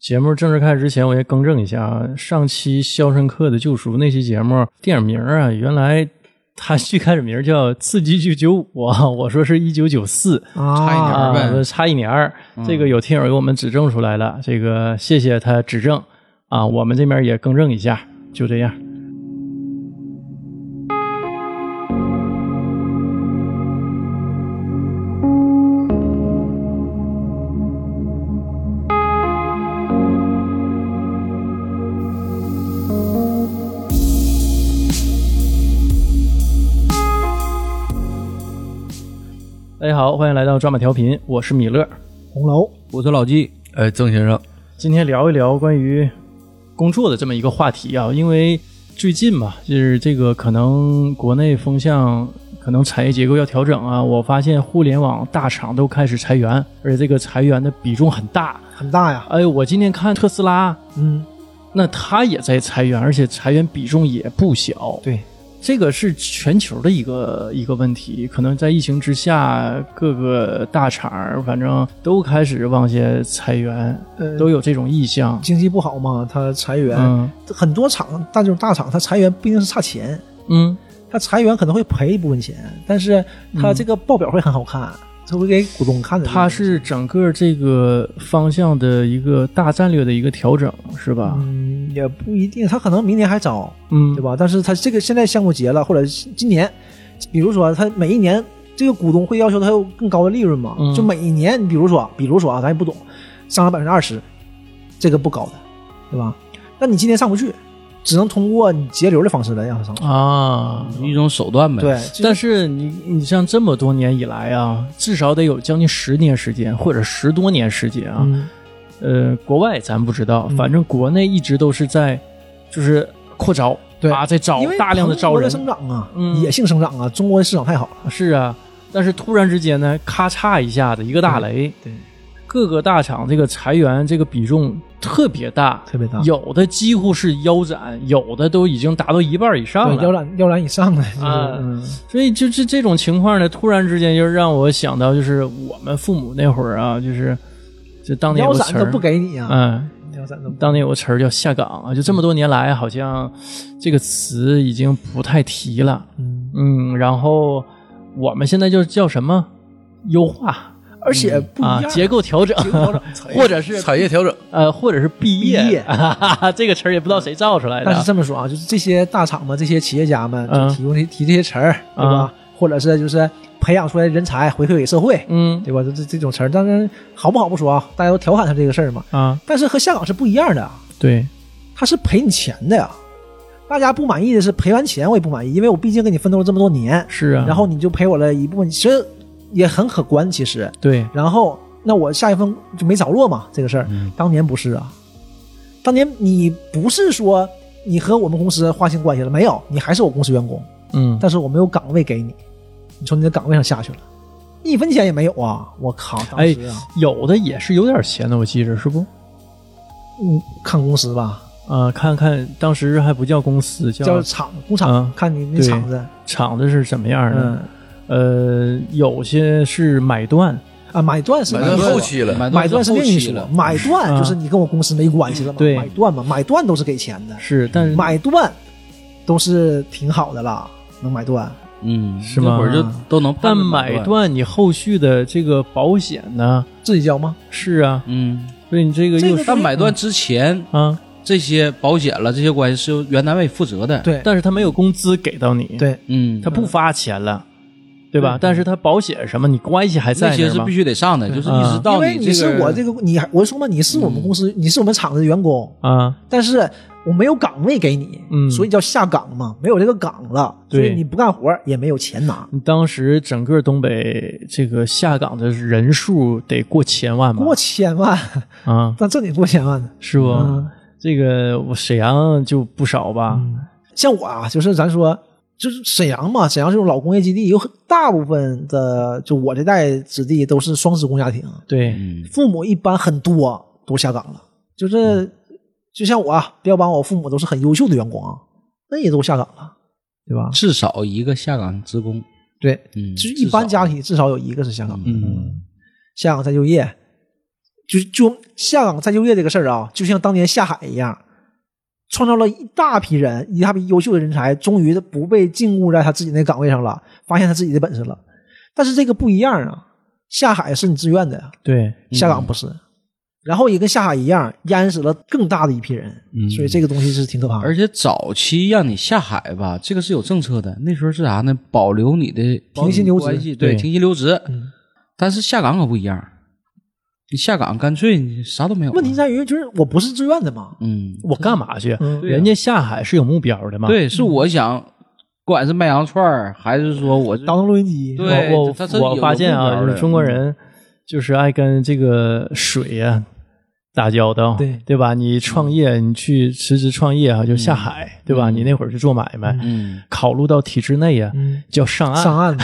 节目正式开始之前，我也更正一下啊，上期《肖申克的救赎》那期节目电影名儿啊，原来它剧开始名儿叫《刺激一九九五》，啊我说是一九九四，差一点啊儿，呗不是差一年儿。这个有听友给我们指正出来了，这个谢谢他指正啊，我们这边也更正一下，就这样。大家哎好，欢迎来到抓马调频，我是米勒。红楼我是老纪，哎，郑先生，今天聊一聊关于工作的这么一个话题啊，因为最近嘛，就是这个可能国内风向，可能产业结构要调整啊。我发现互联网大厂都开始裁员，而且这个裁员的比重很大。很大呀，哎，我今天看特斯拉，嗯，那它也在裁员，而且裁员比重也不小。对，这个是全球的一个一个问题，可能在疫情之下，各个大厂儿反正都开始往下裁员，呃，都有这种意向。经济不好嘛，他裁员，嗯很多厂大就是大厂，他裁员不一定是差钱，嗯，他裁员可能会赔一部分钱，但是他这个报表会很好看，他会给股东看的。它是整个这个方向的一个大战略的一个调整，是吧？嗯，也不一定，他可能明年还招，嗯，对？吧？但是他这个现在项目结了，或者今年，比如说他每一年这个股东会要求他有更高的利润嘛，嗯就每一年，你比如说，比如说啊，咱也不懂，上了百分之二十，这个不高的，对吧？但你今年上不去，只能通过你节流的方式来让他上去。啊，一种手段呗。，对，但是你你像这么多年以来啊，至少得有将近十年时间，或者十多年时间啊。嗯，呃，国外咱不知道，嗯反正国内一直都是在就是扩招，对啊，在招因为大量的招中国人，生长啊，嗯野性生长啊，中国市场太好了。是啊。但是突然之间呢，咔嚓一下子一个大雷，对，各个大厂这个裁员这个比重特别大，特别大有的几乎是腰斩，有的都已经达到一半以上对腰了。斩腰斩以上的，就是、啊嗯，所以就是这种情况呢，突然之间就让我想到，就是我们父母那会儿啊，就是就当年有腰个斩词都儿不，给你啊，嗯，腰斩都不当年有个词儿叫下岗啊，就这么多年来，好像这个词已经不太提了。嗯。嗯，然后我们现在就叫什么优化而且不一啊，样，结构调整，结构调整或者是产业调整， 呃，或者是毕业，毕业 这个词儿也不知道谁造出来的。但是这么说啊，就是这些大厂们、这些企业家们嗯就提供这提这些词儿，对吧？或者是就是培养出来人才回馈给社会，嗯对吧？这这这种词儿，当然好不好不说啊，大家都调侃他这个事儿嘛。啊，但是和香港是不一样的啊，对，他是赔你钱的呀。大家不满意的是赔完钱我也不满意，因为我毕竟跟你奋斗了这么多年，是啊。然后你就赔我了一部分，其实也很可观，其实。对，然后那我下一份就没着落嘛，这个事儿、当年不是啊，当年你不是说你和我们公司划清关系了，没有，你还是我公司员工，嗯，但是我没有岗位给你，你从你的岗位上下去了，一分钱也没有啊！我靠，当时啊，有的也是有点钱的，我记着是不？嗯，看公司吧，啊、看看当时还不叫公司，叫叫厂工厂，啊看你那对厂子，厂子是什么样的嗯。呃，有些是买断，啊，买断是反买正断后期了，买断断是另一说，买断就是你跟我公司没关系了嘛，对买断嘛，买断都是给钱的，是，但是买断都是挺好的了，能买断。嗯，是吗那会儿就都能判但断买，断你后续的这个保险呢？自己交吗？是啊，嗯，所以你这个这又个是但买断之前啊，这些保险了，这些关系是由原单位负责的，，对但是他没有工资给到你，，对，嗯，他不发钱了，对吧？但是他保险什么，你关系还在那那些儿是吗必须得上的，就是啊一直因到为你你是这个我这个你还，我说嘛，你是我们公司，你是我们厂子的员工，啊，但是我没有岗位给你，嗯所以叫下岗嘛，没有这个岗了，所对以你不干活也没有钱拿，你当时整个东北这个下岗的人数得过千万吧？过千万， 啊，但这里过千万呢。是不？嗯这个我沈阳就不少吧？嗯像我啊，就是咱说。就是沈阳嘛，沈阳这种老工业基地，有很大部分的，就我这代子弟都是双职工家庭，对，嗯父母一般很多都下岗了，就是、就像我啊，不要把我父母都是很优秀的员工啊，那也都下岗了，对吧？至少一个下岗职工，对，嗯，就是一般至嗯家少庭至少有一个是下岗，嗯下岗再就业，就就下岗再就业这个事儿啊，就像当年下海一样，创造了一大批人，一大批优秀的人才，终于不被禁锢在他自己那岗位上了，发现他自己的本事了。但是这个不一样啊，下海是你自愿的呀，对，下嗯岗不是。然后也跟下海一样，淹死了更大的一批人，所以这个东西是挺可怕的。嗯而且早期让你下海吧，这个是有政策的。那时候是啥呢？保留你的停薪留职保留你的关系对，对停薪留职嗯。但是下岗可不一样，你下岗干脆你啥都没有。啊问题，在于，就是我不是自愿的嘛，嗯，我干嘛去？嗯对啊人家下海是有目标的嘛？，对，是我想，不管是卖羊肉串儿，还是说我是当成录音机，对我他是有我我发现有目啊，标就的嗯是中国人就是爱跟这个水呀、打交道，对对吧？你创业，你去辞职创业啊，就下海，对吧？你那会儿去做买卖，嗯，考入到体制内呀、啊嗯，叫上啊岸，上岸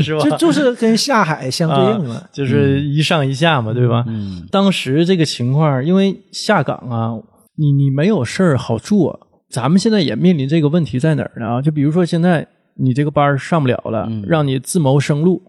是吧？就就是跟下海相对应啊的。就是一上一下嘛，对吧？嗯当时这个情况，因为下岗啊，你你没有事儿好做。咱们现在也面临这个问题在哪儿呢？啊，就比如说现在你这个班儿上不了了，嗯让你自谋生路，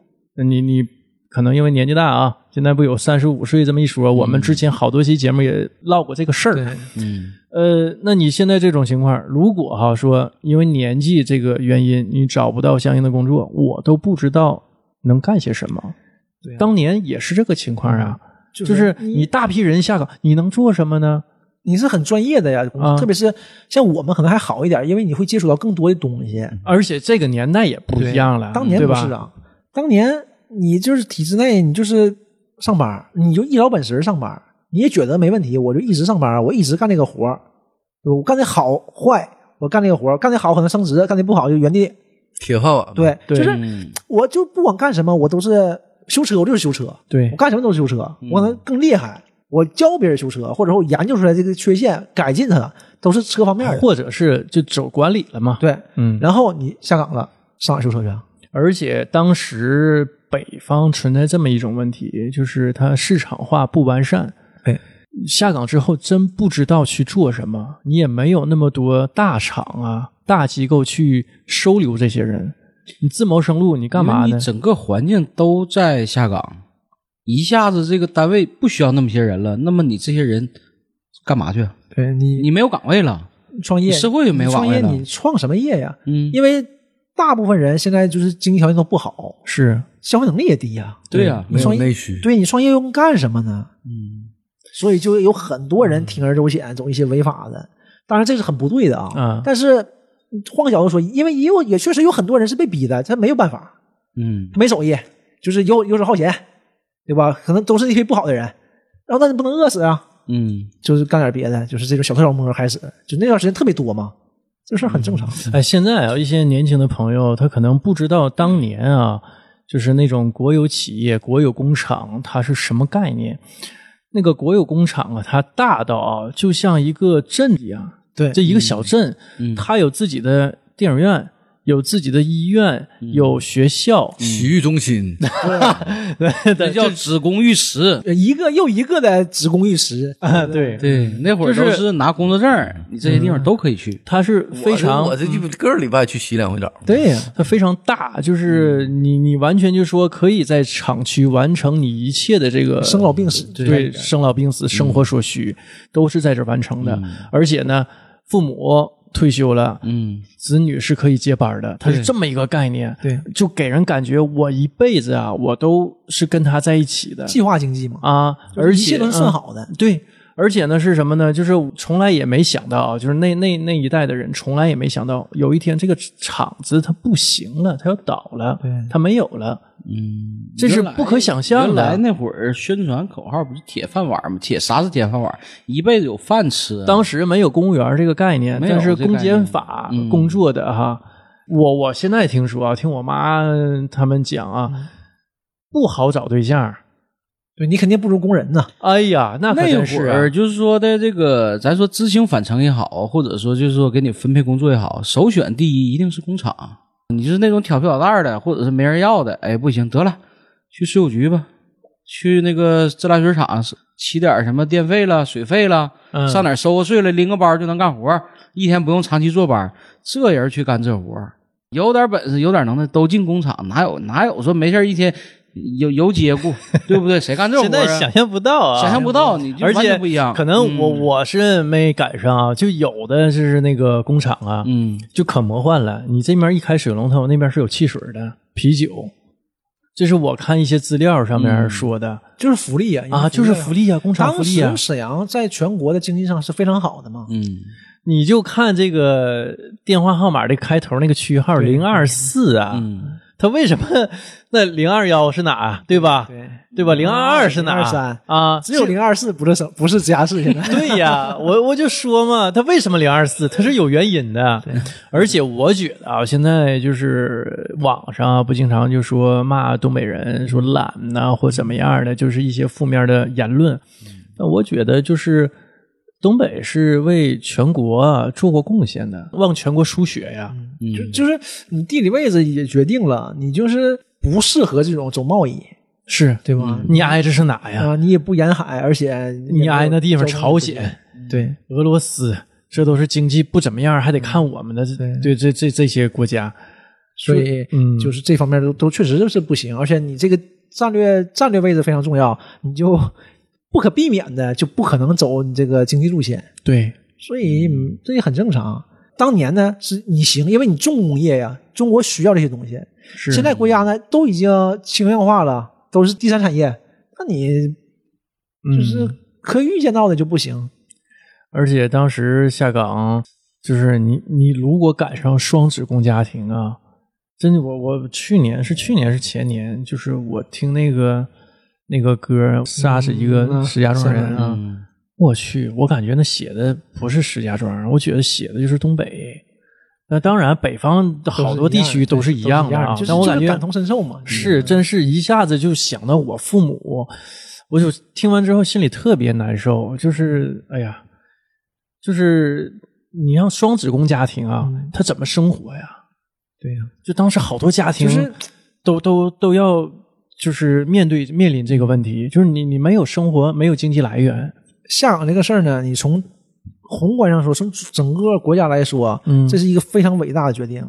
你你可能因为年纪大啊，现在不有三十五岁这么一说，我们之前好多期节目也唠过这个事儿。对，嗯呃，那你现在这种情况，如果哈说因为年纪这个原因，你找不到相应的工作，我都不知道能干些什么。对啊嗯当年也是这个情况啊，就就是是你大批人下岗，你能做什么呢？你是很专业的呀，啊特别是像我们可能还好一点，因为你会接触到更多的东西。而且这个年代也不一样了，当年对不吧？是啊，当年你就是体制内，你就是上班，你就一老本十上班，你也觉得没问题，我就一直上班，我一直干这个活儿我干的好坏，我干这个活儿干的好可能升职，干的不好就原地。铁饭碗嘛。对，对就是嗯我就不管干什么，我都是修车，我就是修车，我对干什么都是修车，嗯我可能更厉害。我教别人修车，或者说我研究出来这个缺陷，改进它，都是车方面的。或者是就走管理了嘛？，对，嗯。然后你下岗了，上哪修车去啊？而且当时北方存在这么一种问题，就是它市场化不完善。哎，下岗之后真不知道去做什么，你也没有那么多大厂啊、大机构去收留这些人，你自谋生路，你干嘛因为呢你？整个环境都在下岗，一下子这个单位不需要那么些人了，那么你这些人干嘛去？啊对你你没有岗位了，创业，你社会也没有你创岗业，位了你创什么业呀？嗯，因为大部分人现在就是经济条件都不好，是消费能力也低呀、对呀、没有创业内需，对你创业用干什么呢？嗯，所以就有很多人铤而走险，走一些违法的。当然这是很不对的啊。嗯但是换个角度说，因为也有也确实有很多人是被逼的，他没有办法，嗯，没手艺，就是游游手好闲，对吧？可能都是一些不好的人。然后那你不能饿死啊，嗯，就是干点别的，就是这种小偷小摸开始，就那段时间特别多嘛，这事儿很正常。嗯哎，现在啊，一些年轻的朋友，他可能不知道当年啊，就是那种国有企业、国有工厂，它是什么概念？那个国有工厂啊，它大到啊，就像一个镇一样，对这一个小镇，嗯它有自己的电影院，有自己的医院，嗯有学校，洗浴中心，这叫子宫玉食。呃一个又一个的职工玉石， 啊，对，对，那会儿就是都是拿工作证儿，你这些地方都可以去。它是非常我这我这就个礼拜去洗两回澡。对呀、它非常大，就是嗯你你完全就说可以在厂区完成你一切的这个生老病死，对生老病嗯死、生活所需、都是在这儿完成的。而且呢，父母退休了，嗯，子女是可以接班的，它是这么一个概念。对，就给人感觉我一辈子啊，我都是跟他在一起的计划经济嘛，啊，而一切且都是嗯算好的。对，而且呢是什么呢？就是从来也没想到啊，就是那那那一代的人从来也没想到，有一天这个厂子它不行了，它要倒了，它没有了，嗯，这是不可想象原来的。那会儿宣传口号不是铁饭碗吗？铁啥是铁饭碗？一辈子有饭吃嗯啊。当时没有公务员这个概念，没有但是这个公概念检法嗯工作的哈，我我现在听说啊，听我妈他们讲啊，嗯不好找对象。对你肯定不如工人呐，哎呀，那可那真是会啊、儿就是说的这个，咱说知青返城也好，或者说就是说给你分配工作也好，首选第一一定是工厂。你是那种挑皮捣蛋儿的，或者是没人要的，哎，不行，得了，去税务局吧，去那个自来水厂起点儿什么电费了、水费了，嗯上哪儿收个税了，拎个包儿就能干活儿，一天不用长期坐班儿。这人去干这活儿有点本事、有点能耐都进工厂，哪有哪有说没事儿一天游游 街雇，对不对？谁干这活现在儿啊？想象不到啊，想象不到你就而完且全不一样可能我嗯我是没赶上啊，就有的是那个工厂啊，嗯，就可魔幻了。你这面一开水龙头，那边是有汽水的、啤酒，这是我看一些资料上面说的、就是嗯福利啊啊，就是福利利啊，工啊。厂福当利啊时。沈阳在全国的经济上是非常好的嘛，嗯，你就看这个电话号码的开头那个区号对零二四啊，嗯，它为什么 那零二幺是哪？啊对吧？对，对吧？零二二是哪？ 023啊，只有零二四不是省，不是直辖市现在。 对呀，我我就说嘛，他为什么零二四？他是有原因的。而且我觉得啊，现在就是网上啊不经常就说骂东北人说懒呐、或怎么样的，就是一些负面的言论。那我觉得就是东北是为全国啊做过贡献的，望全国输血呀。嗯就就是你地理位置也决定了，你就是不适合这种走贸易是对吧嗯你挨着是哪呀？啊，你也不沿海，而且你嗯你也没有挨那地方交通嗯朝对鲜、对，俄罗斯，这都是经济不怎么样，还得看我们的。对对，这这这些国家。所以嗯就是这方面都都确实是不行，而且你这个战略战略位置非常重要，你就不可避免的就不可能走你这个经济路线，对，所以嗯这也很正常。当年呢是你行，因为你重工业呀，中国需要这些东西。是现在国家呢都已经轻量化了，都是第三产业，那你就是嗯、可预见到的就不行。而且当时下岗，就是你你如果赶上双职工家庭啊，真的我我去年是去年是前年，就是我听那个那个歌，杀死一个嗯石家庄人啊，嗯我去，我感觉那写的不是石家庄，我觉得写的就是东北。那当然，北方好多地区都都是一一样的的啊，就是但我就是感觉感同身受嘛。是，真是一下子就想到我父母，我就听完之后心里特别难受，就是哎呀，就是你让双职工家庭啊，他怎么生活呀？嗯对呀、就当时好多家庭就是都都都要就是面对面临这个问题，就是你你没有生活，没有经济来源，下岗这个事儿呢，你从宏观上说，从整个国家来说，嗯这是一个非常伟大的决定。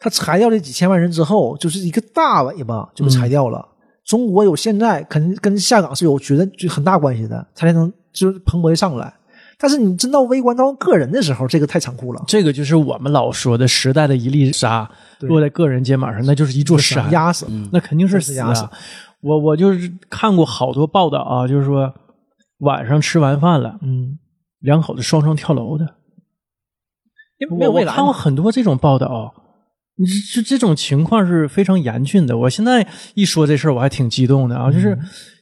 他裁掉这几千万人之后，就是一个大尾巴就被裁掉嗯了。中国有现在肯跟下岗是有绝对就很大关系的，它才能就是蓬勃的上来。但是你真到微观到个人的时候，这个太残酷了。这个就是我们老说的时代的一粒沙对落在个人肩膀上，那就是一啊嗯座山，啊压死了，那肯定是都是死压死啊！我我就是看过好多报道啊，就是说晚上吃完饭了，嗯，两口子双双跳楼的。因为没有我未我来看过嘛。很多这种报道，你这这这种情况是非常严峻的。我现在一说这事儿，我还挺激动的啊！就是嗯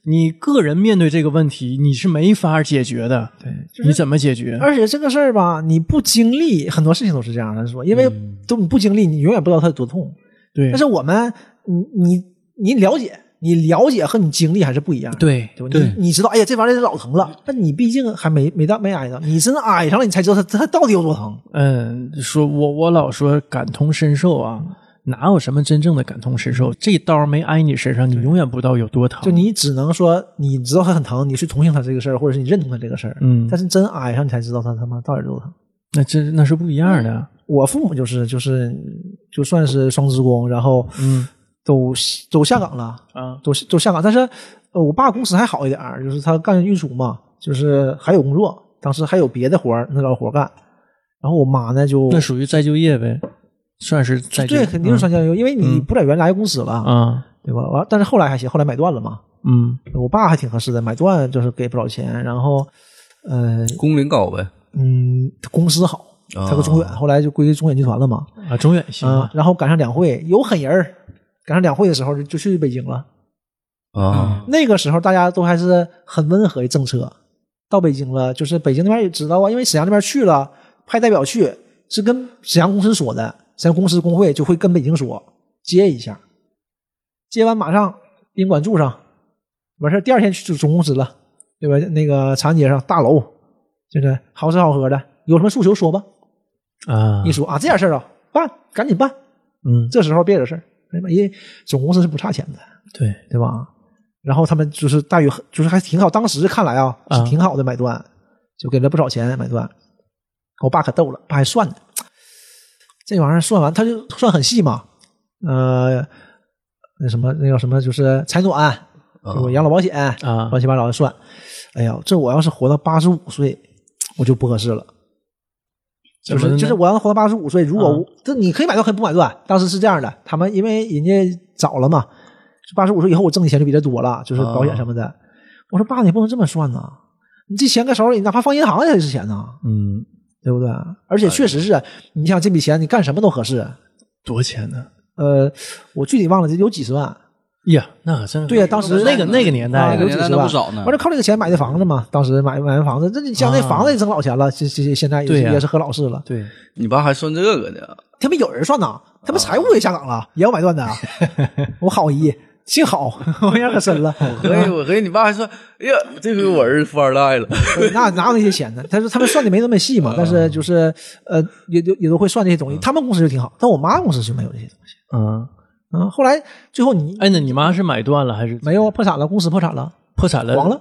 你个人面对这个问题，你是没法解决的。对，你怎么解决？而且这个事儿吧，你不经历很多事情都是这样的，说，因为嗯都你不经历，你永远不知道它有多痛。对但，是我们，你你你了解，你了解和你经历还是不一样的。对，对吧对你你知道，哎呀，这玩意儿老疼了，但你毕竟还没没到没挨到，你真的挨上了，你才知道它它到底有多疼。嗯，说我我老说感同身受啊，嗯哪有什么真正的感同身受？这刀没挨你身上，你永远不知道有多疼。就你只能说你知道它很疼，你去同情它这个事儿，或者是你认同它这个事儿。嗯但是真挨上，你才知道它他妈到底有多疼。那这那是不一样的。我父母就是就是就算是双职工，然后嗯都都下岗了，啊，都都下岗。但是呃我爸公司还好一点儿，就是他干运输嘛，就是还有工作，当时还有别的活儿能找活儿干。然后我妈呢就那属于再就业呗，算是再就业嗯对，肯定是双向优，因为你不在原来公司了，啊，对吧？完，但是后来还行，后来买断了嘛。嗯我爸还挺合适的，买断就是给不少钱，然后，呃，工龄高呗，嗯，公司好，啊他搁中远，后来就归中远集团了嘛。啊，中远行啊啊，，然后赶上两会，有狠人儿，赶上两会的时候就就去北京了。嗯啊，那个时候大家都还是很温和的政策，到北京了，就是北京那边也知道啊，因为沈阳那边去了，派代表去是跟沈阳公司说的，沈阳公司工会就会跟北京说接一下，接完马上宾馆住上，完事儿第二天去总公司了，对吧？那个长安街上大楼，就是好吃好喝的，有什么诉求说吧。啊，一说啊，这点事儿啊，办，赶紧办，嗯，这时候别惹事儿，哎呀妈因为总公司是不差钱的。对，对吧？然后他们就是待遇很，就是还挺好，当时看来啊啊是挺好的买断，就给了不少钱买断。我爸可逗了，爸还算呢，这玩意儿算完他就算很细嘛，呃，那什么那叫什么，就是采暖，就是养老保险啊乱七八糟的算。哎呀，这我要是活到八十五岁，我就不合适了。就怎么是呢就是我要活到八十五岁，如果啊我这你可以买断，可以不买断。当时是这样的，他们因为人家早了嘛，八十五岁以后我挣的钱就比这多了，就是保险什么啊的。我说爸，你不能这么算呐，你这钱搁手里，你哪怕放银行也是钱呐，嗯，对不对？哎而且确实是，你想这笔钱你干什么都合适。多钱呢？呃，我具体忘了，有几十万。呀，那真对呀当时那个那个年啊代那个有年几代十那万不少呢完了靠这个钱买的房子嘛，当时买买完房子，这你像那啊房子也挣老钱了，这这这现在也对是呀也是和老四了。对，你爸还算这个 呢？他们有人算呐，他们财务也下岗了，也要买断的 啊。我好姨，幸好 我让可深了，我合计我合计你爸还算，哎呀，这回我儿子富二代了。那哪有那些钱呢？他说他们算的没那么细嘛，但是就是呃，也都也都会算这些东西。他们公司就挺好，但我妈公司就没有这些东西。嗯，嗯，后来最后你哎，那你妈是买断了还是没有啊破产了，公司破产了，破产了？黄了。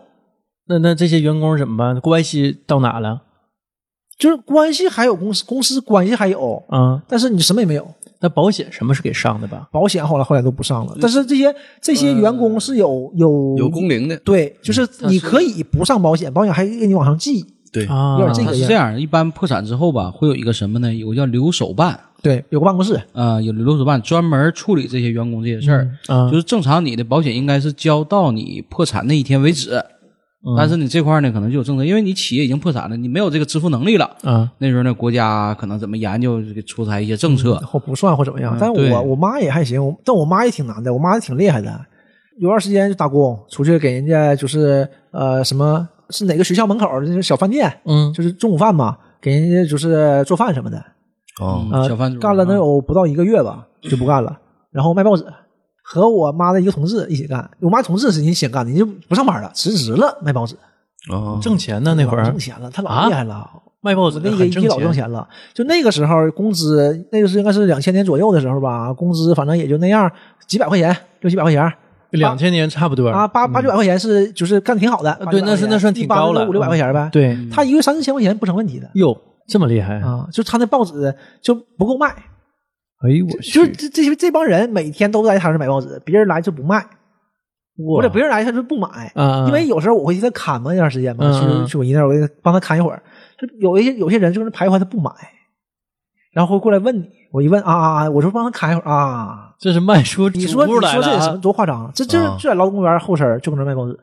那那这些员工怎么办？关系到哪了？就是关系还有公司，公司关系还有，啊，但是你什么也没有。那保险什么是给上的吧？保险后来后来都不上了，但是这些这些员工是有呃有有工龄的，对，就是你可以不上保险，保险还给你往上记，对啊，有点这它个是样这样，一般破产之后吧，会有一个什么呢？有个叫留守办对，有个办公室，啊、有留守办专门处理这些员工这些事儿。嗯啊就是正常你的保险应该是交到你破产那一天为止，嗯但是你这块儿呢可能就有政策，因为你企业已经破产了，你没有这个支付能力了。啊，那时候呢，国家可能怎么研究给出台一些政策，或不算或怎么嗯样。但对我我妈也还行，我但我妈也挺难的，我妈也挺厉害的。有段时间就打工，出去给人家就是呃什么是哪个学校门口的那种小饭店，嗯就是中午饭嘛，给人家就是做饭什么的，哦啊，小嗯贩主干了能啊有不到一个月吧，就不 干了。然后卖报纸，和我妈的一个同事一起干。我妈同事是人先干的，人就不上班了，辞职了卖报纸。哦，挣钱呢那会老儿挣钱了，他啊老厉害了。卖报我纸那个很一老挣挣钱，钱了，就那个时候工资，那个是应该是两千年左右的时候吧，工资反正也就那样，几百块钱，六七百块钱两千年差不多啊，八八九百块钱是就是干的挺好的，对，那是那算挺高了，五六百块钱呗。，对，嗯他一个月三四千块钱不成问题的哟，这么厉害！啊，就他那报纸就不够卖，哎呦我去就是这这些这帮人每天都在他这买报纸，别人来就不卖，哇或者别人来他就不买，啊，因为有时候我会去他看嘛，那段时间嘛，嗯嗯去去我姨那儿，我给帮他看一会儿。就有一些有些人就是徘徊，他不买，然后会过来问你。我一问啊啊啊，我说帮他看一会儿啊。这是卖出你说主你顾来说这了得什啊嗯么，多夸张？这这啊就在劳动公园后身儿就搁那卖报纸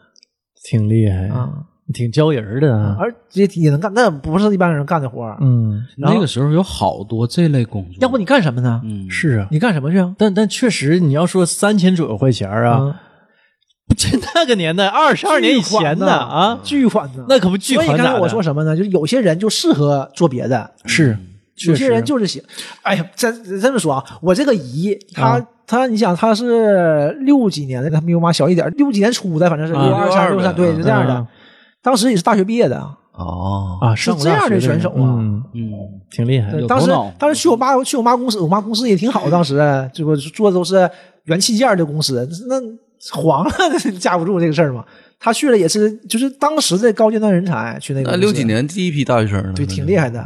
挺厉害，啊，挺教人儿的啊。而也也能干，那不是一般人干的活儿。嗯，那个时候有好多这类工作，要不你干什么呢？嗯是啊，你干什么去啊？但但确实你要说三千左右块钱儿 啊，嗯，这那个年代二十二年以前呢的啊，巨款呢。那可不巨所以款刚打才的。我说什么呢？就是有些人就适合做别的，是，有确些实人就是喜，哎呀，这这么说啊，我这个姨，她、啊她，你想她是六几年的，她比我妈小一点，六几年出的，反正是啊六二三62六三，呗对，是这样的。嗯当时也是大学毕业的啊，哦，啊，是上过这大样学的的选人手啊嗯，嗯，挺厉害有对头当时脑当时去我妈去我妈公司，我妈公司也挺好，当时这不做的都是元器件的公司，那黄了 架不住这个事儿嘛。她去了也是，就是当时的高尖端人才去那个那公司六几年嗯第一批大学生呢，对，挺厉害的。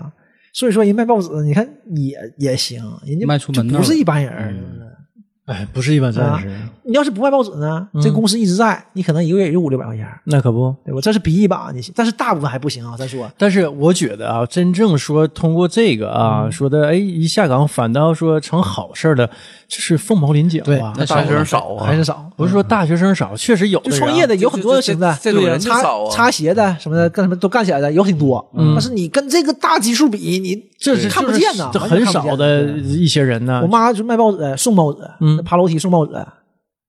所以说，人卖报纸，你看也也行，人家卖出就门道不了是一般人儿。就是哎，不是一般战啊士，你要是不卖报纸呢，这嗯公司一直在，你可能一个月也就五六百块钱，那可不。对吧？这是比一把，你但是大部分还不行啊。咱说，但是我觉得啊，真正说通过这个嗯啊，说的哎一下岗反倒说成好事儿的，这是凤毛麟角对啊。那大学生少啊，还是少。不是说大学生少，确实有的就人啊创业的有很多行的，这这这这种对呀人就擦少啊擦鞋的什么的，干什么都干起来的有挺多。但是你跟这个大基数比，你嗯这是看不见呐，这完全很看不少见的对一些人呢我。妈就卖报纸，送报纸，嗯爬楼梯送报纸。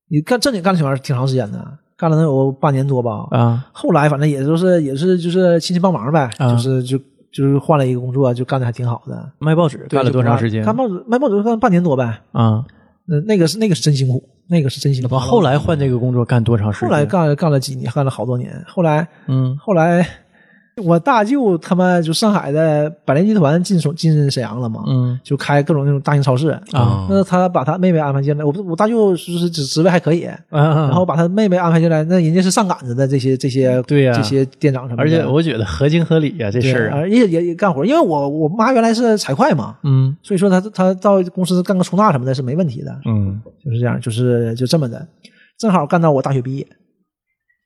你干正经干这玩意儿挺长时间的，干了能有半年多吧。啊，后来反正也就是也是就是亲戚帮忙呗，啊就是就就是换了一个工作，就干的还挺好的。卖报纸对干了多长时间干报纸卖报纸干半年多呗。啊？那那个是那个是真辛苦，那个是真辛苦。后来换这个工作干多长时后间？来干干了几年，干了好多年。后来嗯后来我大舅他们就上海的百联集团进沈进沈阳了嘛，嗯就开各种那种大型超市。啊那他把他妹妹安排进来，我不我大舅就是职职位还可以，然 然后把他妹妹安排进来，那人家是上杆子的这些这些嗯对呀这些店长什么的，而且我觉得合情合理呀、这对事儿啊，而且也也干活，因为我我妈原来是财会嘛，嗯所以说她她到公司干个出纳什么的是没问题的， 嗯就是这样，就是就这么的，正好干到我大学毕业，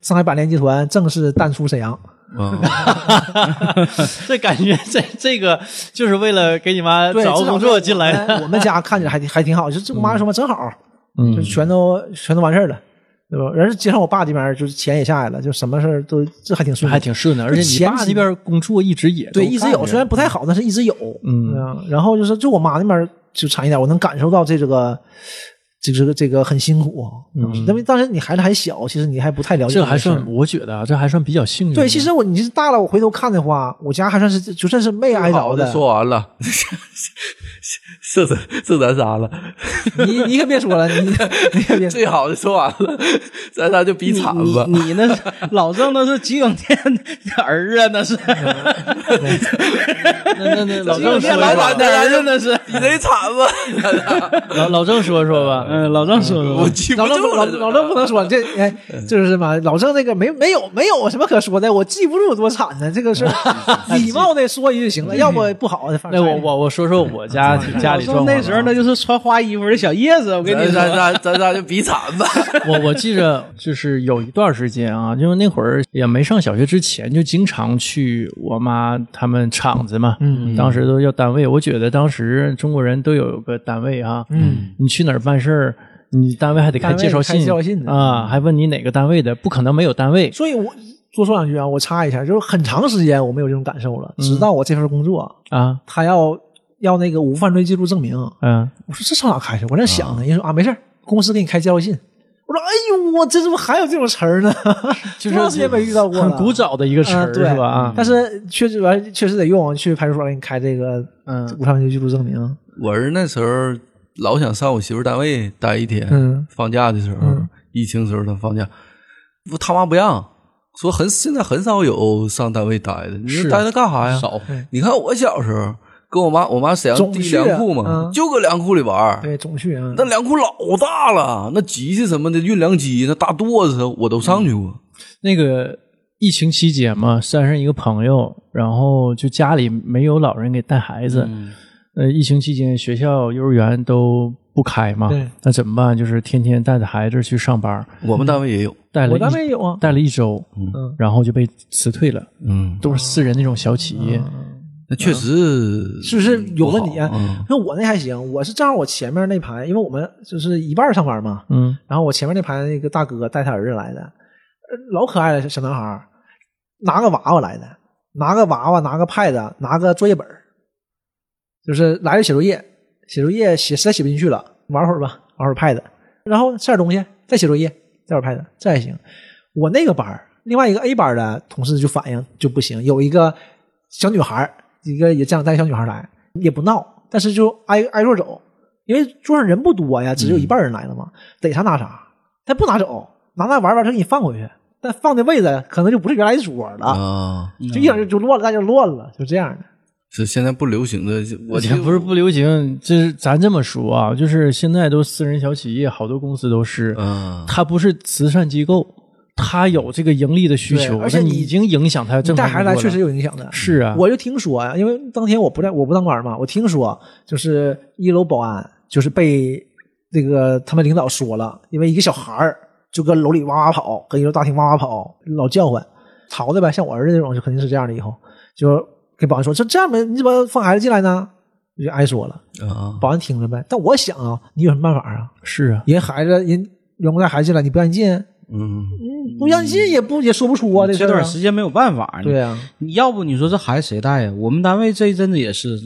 上海百联集团正式淡出沈阳，啊，这感觉这这个就是为了给你妈对，找至个少哎工是作进来我们的，我们家看着还挺还挺好，就这我妈说嘛，正好，嗯就全都全都完事儿了，对吧？而且加上我爸这边就是钱也下来了，就什么事儿都这还挺嗯顺利，还挺顺的。而且你前爸那几边工作一直也对，都一直干有，着虽然不太好，但是一直有。嗯啊，然后就是就我妈那边就惨一点，我能感受到这个。这个这个很辛苦啊，当时因为当时你孩子还小，其实你还不太了嗯解这个还事儿算，我觉得啊，这还算比较幸运的。对。嗯其实我你是大了，我回头看的话，我家 还算是就算是没挨着好的的，。说完了， 是咱是咱仨了，你你可别说了，你你可别最好的说完了，咱仨就比惨你吧。你那是老郑那是桔梗店的儿子，那是嗯那那那老这郑说个别来一说咱吧，的儿子那是。比谁惨吧？老老郑说说吧。嗯，老郑说我说，记不老郑不住老了。老郑不能说这哎，嗯就是什么老郑那个没没有没有什么可说的，我记不住多惨呢，这个是 嗯礼貌的说一句就行了，要不不好的反那正我我我说说我家家里啊嗯老状况郑吧。嗯那时候那就是穿花衣服的小叶子，我跟你咱咱说，咱咱仨就比惨吧。 我我记着，就是有一段时间啊，因为那会儿也没上小学之前，就经常去我妈他们厂子嘛。嗯，当时都叫单位，我觉得当时中国人都有个单位啊。嗯，你去哪儿办事儿，你单位还得开单位介绍开信，介绍信呢啊，还问你哪个单位的，不可能没有单位。所以我多说两句啊，我插一下，就是很长时间我没有这种感受了，直到我这份工作，啊，他要要那个无犯罪记录证明，嗯，我说这上哪开去？我在想呢，人家说啊没事儿公司给你开介绍信。我说哎呦，我这怎么还有这种词儿呢？就多长时间没遇到过很了古早的一个词啊儿，对是吧？啊，但是确实完确实得用，去派出所给你开这个嗯无犯罪记录证明。我是那时候老想上我媳妇儿单位待一天，嗯放假的时候，疫情时候她放假，不他妈不让，说很现在很少有上单位待的，你说是啊待那干啥呀？少你看我小时候跟我妈，我妈沈阳总第一去啊粮库嘛，嗯就搁粮库里玩儿对，总去啊那，粮库老大了，那机器什么的，运粮机、那大垛子我都上去过。那个疫情期间嘛，山上一个朋友，然后就家里没有老人给带孩子，嗯嗯呃，疫情期间学校、幼儿园都不开嘛对，那怎么办？就是天天带着孩子去上班，我们单位也有，带了我单一位也有啊。带了一周，嗯然后就被辞退了，嗯，都是私人那种小企业，啊那嗯确实嗯是不是有问题啊嗯不好嗯？那我那还行，我是正好我前面那排，因为我们就是一半儿上班嘛，嗯然后我前面那排那个大哥带他儿子来的，呃老可爱了，小男孩儿，拿个娃娃来的，拿个娃娃，拿个 pad，拿个作业本儿，就是来了写作业，写作业写实在写不进去了，玩会儿吧，玩会儿 pad，然后吃点东西，再写作业，再玩 pad，这还行。我那个班儿另外一个 A 班儿的同事就反映就不行，有一个小女孩儿，一个也家长带小女孩儿来，也不闹，但是就挨挨桌走，因为桌上人不多呀，只有一半人来了嘛，逮啥拿啥，但不拿走，拿那玩玩，他给你放回去，但放的位置可能就不是原来的桌了，啊，嗯就一整就就乱了，那就乱了，就这样的。是现在不流行的，我我觉得不是不流行，就是咱这么说啊，就是现在都私人小企业，好多公司都是，嗯它不是慈善机构，它有这个盈利的需对求，而且那你你已经影响它你正带常孩子工来作确了实有影响的，是啊，我就听说呀，因为当天我不在，我不当官嘛，我听说就是一楼保安就是被那个他们领导说了，因为一个小孩儿就搁楼里哇哇跑，搁一楼大厅哇哇跑，老叫唤，淘的呗，像我儿子这种就肯定是这样的，以后就给保安说这这样没你怎么放孩子进来呢？我就挨说了，啊，保安听着呗。但我想啊，你有什么办法啊？是啊，人孩子人员工带孩子进来，你不让进，嗯，不让进也不也说不出啊，这事这儿啊段时间没有办法，对啊，你要不你说这孩子谁带呀？我们单位这一阵子也是，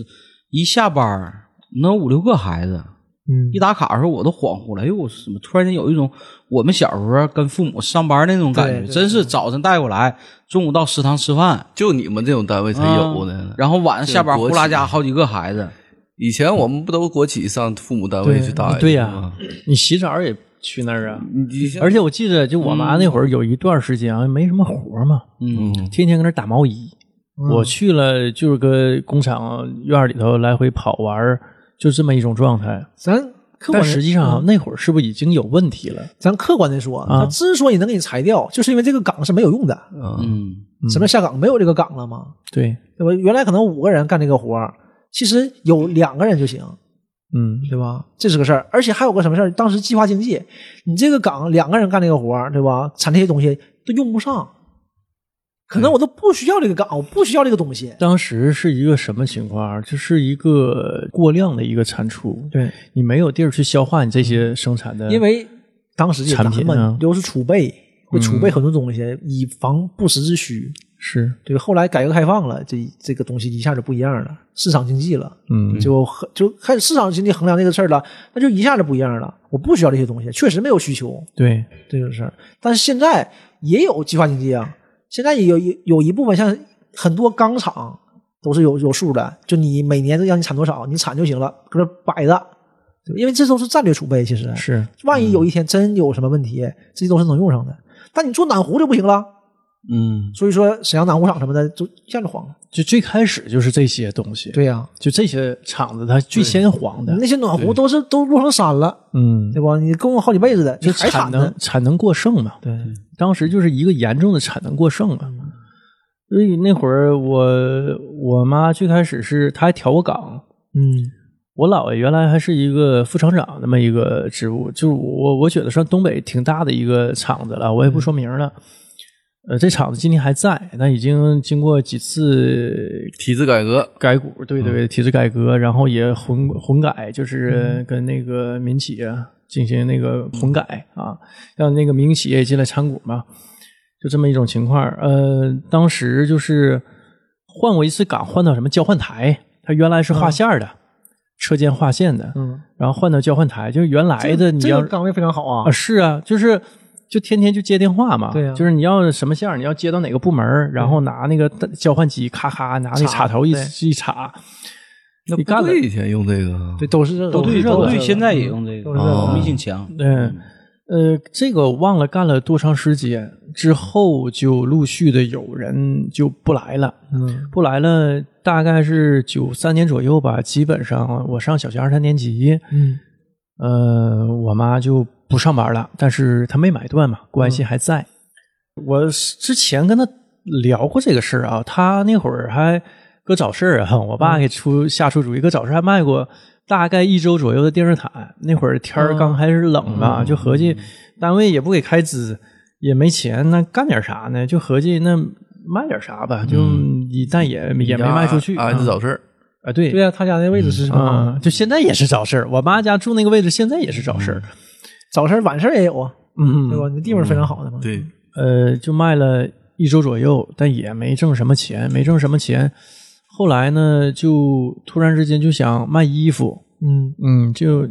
一下班儿能五六个孩子，嗯一，打卡的时候我都恍惚了，哎呦，我怎么突然间有一种我们小时候啊跟父母上班那种感对对觉？真是早晨带过来，中午到食堂吃饭，就你们这种单位才有呢啊。然后晚上下班这国呼企啦家好几个孩子，以前我们不都国企上父母单位去待？啊对呀、吗你洗澡也去那儿啊。嗯你而且我记得，就我妈那会儿有一段时间啊，没什么活儿嘛，嗯，天天搁那儿打毛衣，嗯我去了就是个工厂院儿里头来回跑玩儿，就这么一种状态。咱客但观实地际上、那会儿是不是已经有问题了？咱客观的说，啊他之所以能给你裁掉，就是因为这个岗是没有用的。嗯，嗯，什么下岗没有这个岗了吗？对，对吧？原来可能五个人干这个活儿，其实有两个人就行，嗯，对吧？这是个事儿。而且还有个什么事儿？当时计划经济，你这个岗两个人干这个活儿，对吧？产这些东西都用不上，可能我都不需要这个岗，我不需要这个东西。当时是一个什么情况？啊就是一个过量的一个产出，对，你没有地儿去消化你这些生产的，嗯因为当时也咱产品啊嗯们都是储备，会储备很多东西，以防不时之需。是对，后来改革开放了，这这个东西一下就不一样了，市场经济了，嗯就很就开始市场经济衡量这个事儿了，那就一下就不一样了。我不需要这些东西，确实没有需求对，这种事儿。但是现在也有计划经济啊，现在也有有有一部分像很多钢厂都是有有数的，就你每年都让你产多少，你产就行了，搁这摆着，对因为这都是战略储备，其实是万嗯一有一天真有什么问题，这些都是能用上的。但你做暖壶就不行了，嗯，所以说沈阳暖壶厂什么的就一下就黄了。就最开始就是这些东西，，呀、就这些厂子它最先黄的你，那些暖壶都是都落成山了，嗯对，吧？你供好几辈子的，就你还产产能呢？产能过剩嘛，对，当时就是一个严重的产能过剩啊。所以那会儿我我妈最开始是她还调过岗，嗯我姥爷原来还是一个副厂长那么一个职务，就是我我觉得算东北挺大的一个厂子了，我也不说名了。呃，这厂子今天还在，但已经经过几次体制改革，改股，对对嗯对，体制改革，然后也混混改，嗯就是跟那个民企啊进行那个混改啊，让那个民营企业也进来参股嘛，就这么一种情况。呃，当时就是换过一次岗，换到什么交换台，它原来是画线儿的，车间画线的，嗯，然后换到交换台，就是原来的你这要个岗位非常好啊啊，，是啊，就是就天天就接电话嘛，对啊就是你要什么线儿，你要接到哪个部门儿，然后拿那个交换机咔咔拿那插头一插一插，那你干部了队以前用这个，啊对，都是这个，都是这个部对队现在也用这个，都是这个保密性强。嗯。呃，这个忘了干了多长时间之后，就陆续的有人就不来了，嗯不来了，大概是九三年左右吧。基本上我上小学二三年级，嗯呃，我妈就不上班了，但是她没买断嘛，关系还在。我之前跟她聊过这个事儿啊，她那会儿还搁找事儿啊，我爸给出下出主意，搁找事儿还卖过大概一周左右的电热毯。那会儿天儿刚开始冷吧，就合计单位也不给开支，也没钱，那干点啥呢？就合计那卖点啥吧，就、但也也没卖出去啊，是找事儿，啊，对对呀、他家那位置是什么啊？啊、就现在也是找事儿。我妈家住那个位置，现在也是找事儿。早市儿晚市儿也有啊，嗯，对吧？你地方非常好的啊嘛，对，呃，就卖了一周左右，但也没挣什么钱，没挣什么钱。后来呢，就突然之间就想卖衣服，嗯，嗯，就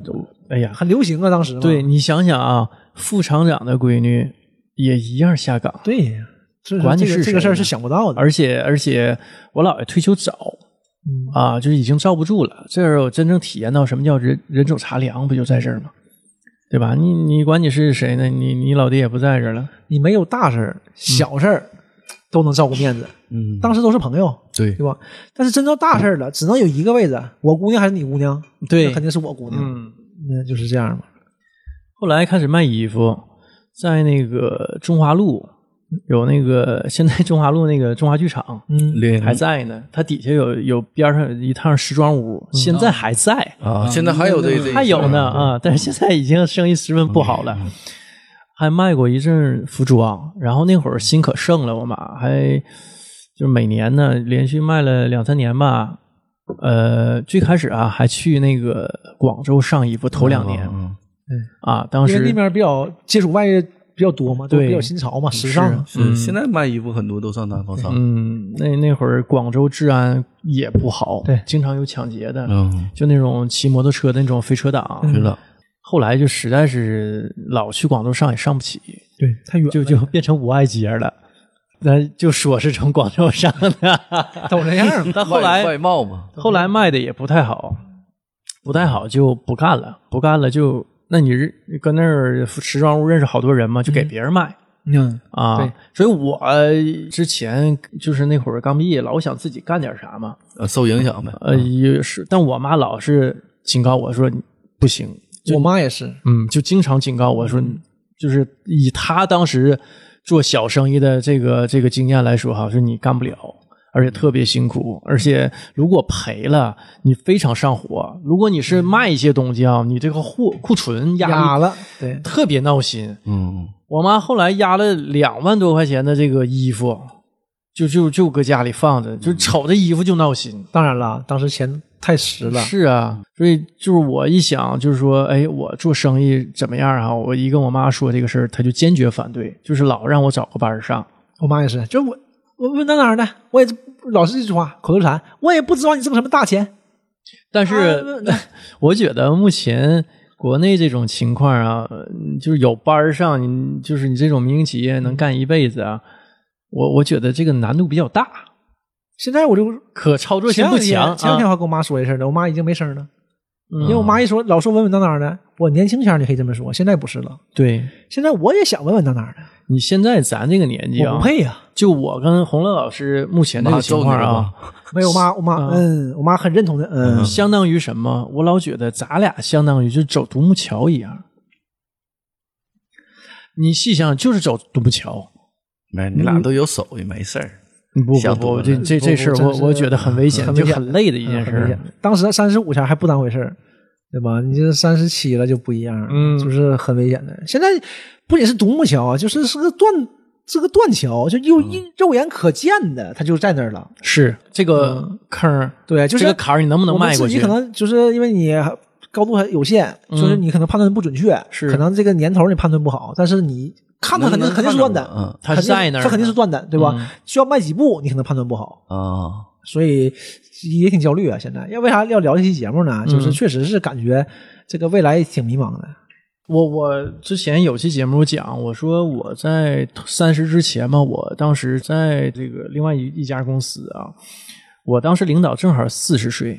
哎呀，很流行啊，当时嘛对你想想啊，副厂长的闺女也一样下岗，对，所以说管你这个是这个事儿谁是呢想不到的，而且而且我姥爷退休早嗯啊，就是已经罩不住了。这时候我真正体验到什么叫人人走茶凉，不就在这儿吗？对吧？你你管你是谁呢？你你老爹也不在这儿了。你没有大事儿，小事儿都能照顾面子，嗯，当时都是朋友，对对吧？但是真到大事儿了，只能有一个位置，我姑娘还是你姑娘，对那肯定是我姑娘，嗯，那就是这样嘛。后来开始卖衣服，在那个中华路有那个现在中华路那个中华剧场嗯，联还在呢，它底下有有边上有一趟时装屋，现在还在，啊，现在还有这这嗯还有呢，啊，但是现在已经生意十分不好了。还卖过一阵服装，然后那会儿心可盛了，我妈还就是每年呢连续卖了两三年吧。呃，最开始啊还去那个广州上衣服，头两年、嗯啊，当因为那时边比较接触外界比较多嘛，都对比较新潮嘛，时尚啊。是现在卖衣服很多都上南方厂，嗯，那那会儿广州治安也不好，对经常有抢劫的，嗯，就那种骑摩托车的那种飞车党。嗯知道，后来就实在是老去广州上也上不起，对，太远就就变成五爱街了。那就说是从广州上的， 都这样嘛。但后外来外贸嘛，后来卖的也不太好，不太好就不干了，不干了就那你日你搁那儿时装屋认识好多人嘛，就给别人卖，嗯啊对，所以我呃之前就是那会儿刚毕业，老想自己干点啥嘛，呃受影响呗。呃嗯也是，但我妈老是警告我说你不行，我妈也是，嗯，就经常警告我说，嗯就是以她当时做小生意的这个这个经验来说哈，说你干不了，而且特别辛苦，嗯而且如果赔了，你非常上火。如果你是卖一些东西啊，你这个货库存压嗯哑力了，对，特别闹心。嗯，我妈后来压了两万多块钱的这个衣服，就就就搁家里放着，就瞅着衣服就闹心。当然了，当时钱太实了，是啊，所以就是我一想，就是说，哎，我做生意怎么样啊？我一跟我妈说这个事儿，她就坚决反对，就是老让我找个班儿上。我妈也是，就是我我问到哪儿呢？我也是老是这句话，口头禅，我也不指望你挣什么大钱，但啊是那那 我觉得目前国内这种情况啊，嗯就是有班儿上，你就是你这种民营企业能干一辈子啊，我我觉得这个难度比较大，现在我就可操作性前两不天强前两天啊。我还跟我妈说一事儿呢，我妈已经没声儿了，因为嗯，我妈一说老说稳稳当当的，我年轻前儿你可以这么说，现在不是了，对现在我也想稳稳当当的，你现在咱这个年纪我啊不，配呀、就我跟洪乐老师目前这个妈情揍你况了啊吧。没有，我妈我妈嗯，我妈很认同的，嗯，相当于什么？我老觉得咱俩相当于就走独木桥一样。你细想，就是走独木桥。没，你嗯俩都有手艺，没事儿。不想不多不，了这这不这不事儿真我是我觉得很危险，很就危险很累的一件嗯事很危儿险。当时三十五前还不当回事儿，对吧？你这三十七了就不一样了，嗯就是很危险的。现在不仅是独木桥啊，就是是个断，是个断桥，就又嗯一肉眼可见的，它就在那儿了。是这个坑儿，嗯对，啊就是这个坎儿，你能不能我们迈自过己去可？能就是因为你高度还有限，嗯就是你可能判断不准确，是可能这个年头你判断不好，但是你看它肯定能肯定是断的，嗯它肯定在那儿它肯定是呢断的，对吧？嗯需要迈几步，你可能判断不好。啊，所以也挺焦虑啊。现在要为啥要聊这期节目呢？就是嗯确实是感觉这个未来挺迷茫的。我我之前有期节目讲，我说我在三十之前嘛，我当时在这个另外一一家公司啊，我当时领导正好四十岁，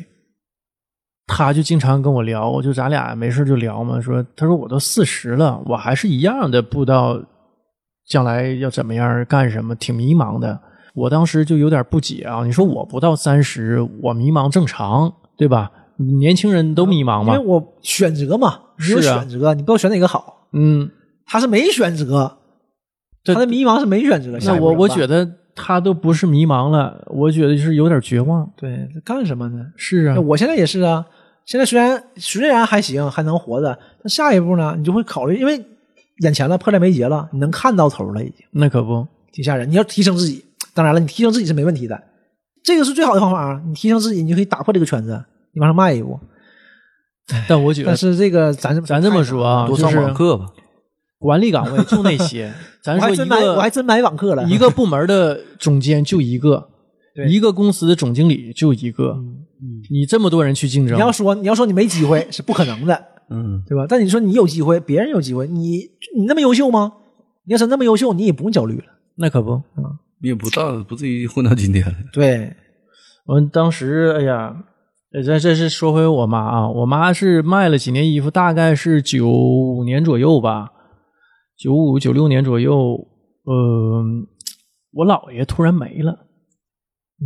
他就经常跟我聊，就咱俩没事就聊嘛，说他说我都四十了，我还是一样的不知道将来要怎么样干什么，挺迷茫的。我当时就有点不解啊，你说我不到三十，我迷茫正常对吧？年轻人都迷茫因为嘛，我选择嘛，你有是啊选择，你不知道选哪个好。嗯。他是没选择，这他的迷茫是没选择。那我我觉得得他都不是迷茫了，我觉得是有点绝望。对这干什么呢？是啊那，我现在也是啊，现在虽然虽然还行，还能活着，但下一步呢，你就会考虑，因为眼前了，迫在眉睫了，你能看到头了，已经那可 不，挺吓人。你要提升自己，当然了，你提升自己是没问题的，这个是最好的方法啊。你提升自己，你就可以打破这个圈子，你往上迈一步。但我觉得但是这个咱咱这么说，啊，多就上是网课吧。管理岗位就那 些，咱我说还一真买我个还真买网课了，一个部门的总监就一个， 对嗯一个公司的总经理就一个，你这么多人去竞争你，要说你要说你没机会是不可能的，嗯，对吧？但你说你有机会，别人有机会，你你那么优秀吗？你要真那么优秀，你也不用焦虑了。那可不。你也不到不至于混到今天了。对，我当时，哎呀，呃这这是说回我妈啊，我妈是卖了几年衣服，大概是九五年左右吧，九五九六年左右，呃，我姥爷突然没了，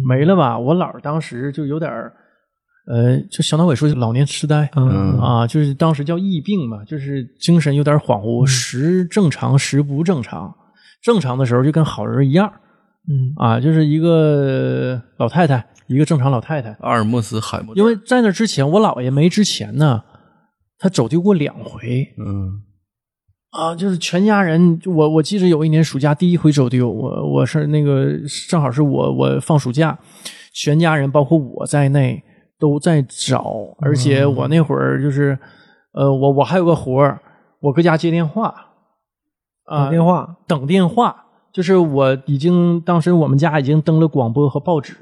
没了吧？我姥儿当时就有点儿，呃，就小脑萎缩，老年痴呆，嗯啊，就是当时叫疫病嘛，就是精神有点恍惚，时正常时不正常，正常的时候就跟好人一样，嗯，啊，就是一个老太太，一个正常老太太。阿尔莫斯海默，因为在那之前，我姥爷没之前呢，他走丢过两回嗯啊，就是全家人。就我我记得有一年暑假第一回走丢，我我是那个正好是我我放暑假，全家人包括我在内都在找，而且嗯我那会儿就是，呃，我我还有个活儿，我搁家接电话啊，打电话，等电话，就是我已经当时我们家已经登了广播和报纸，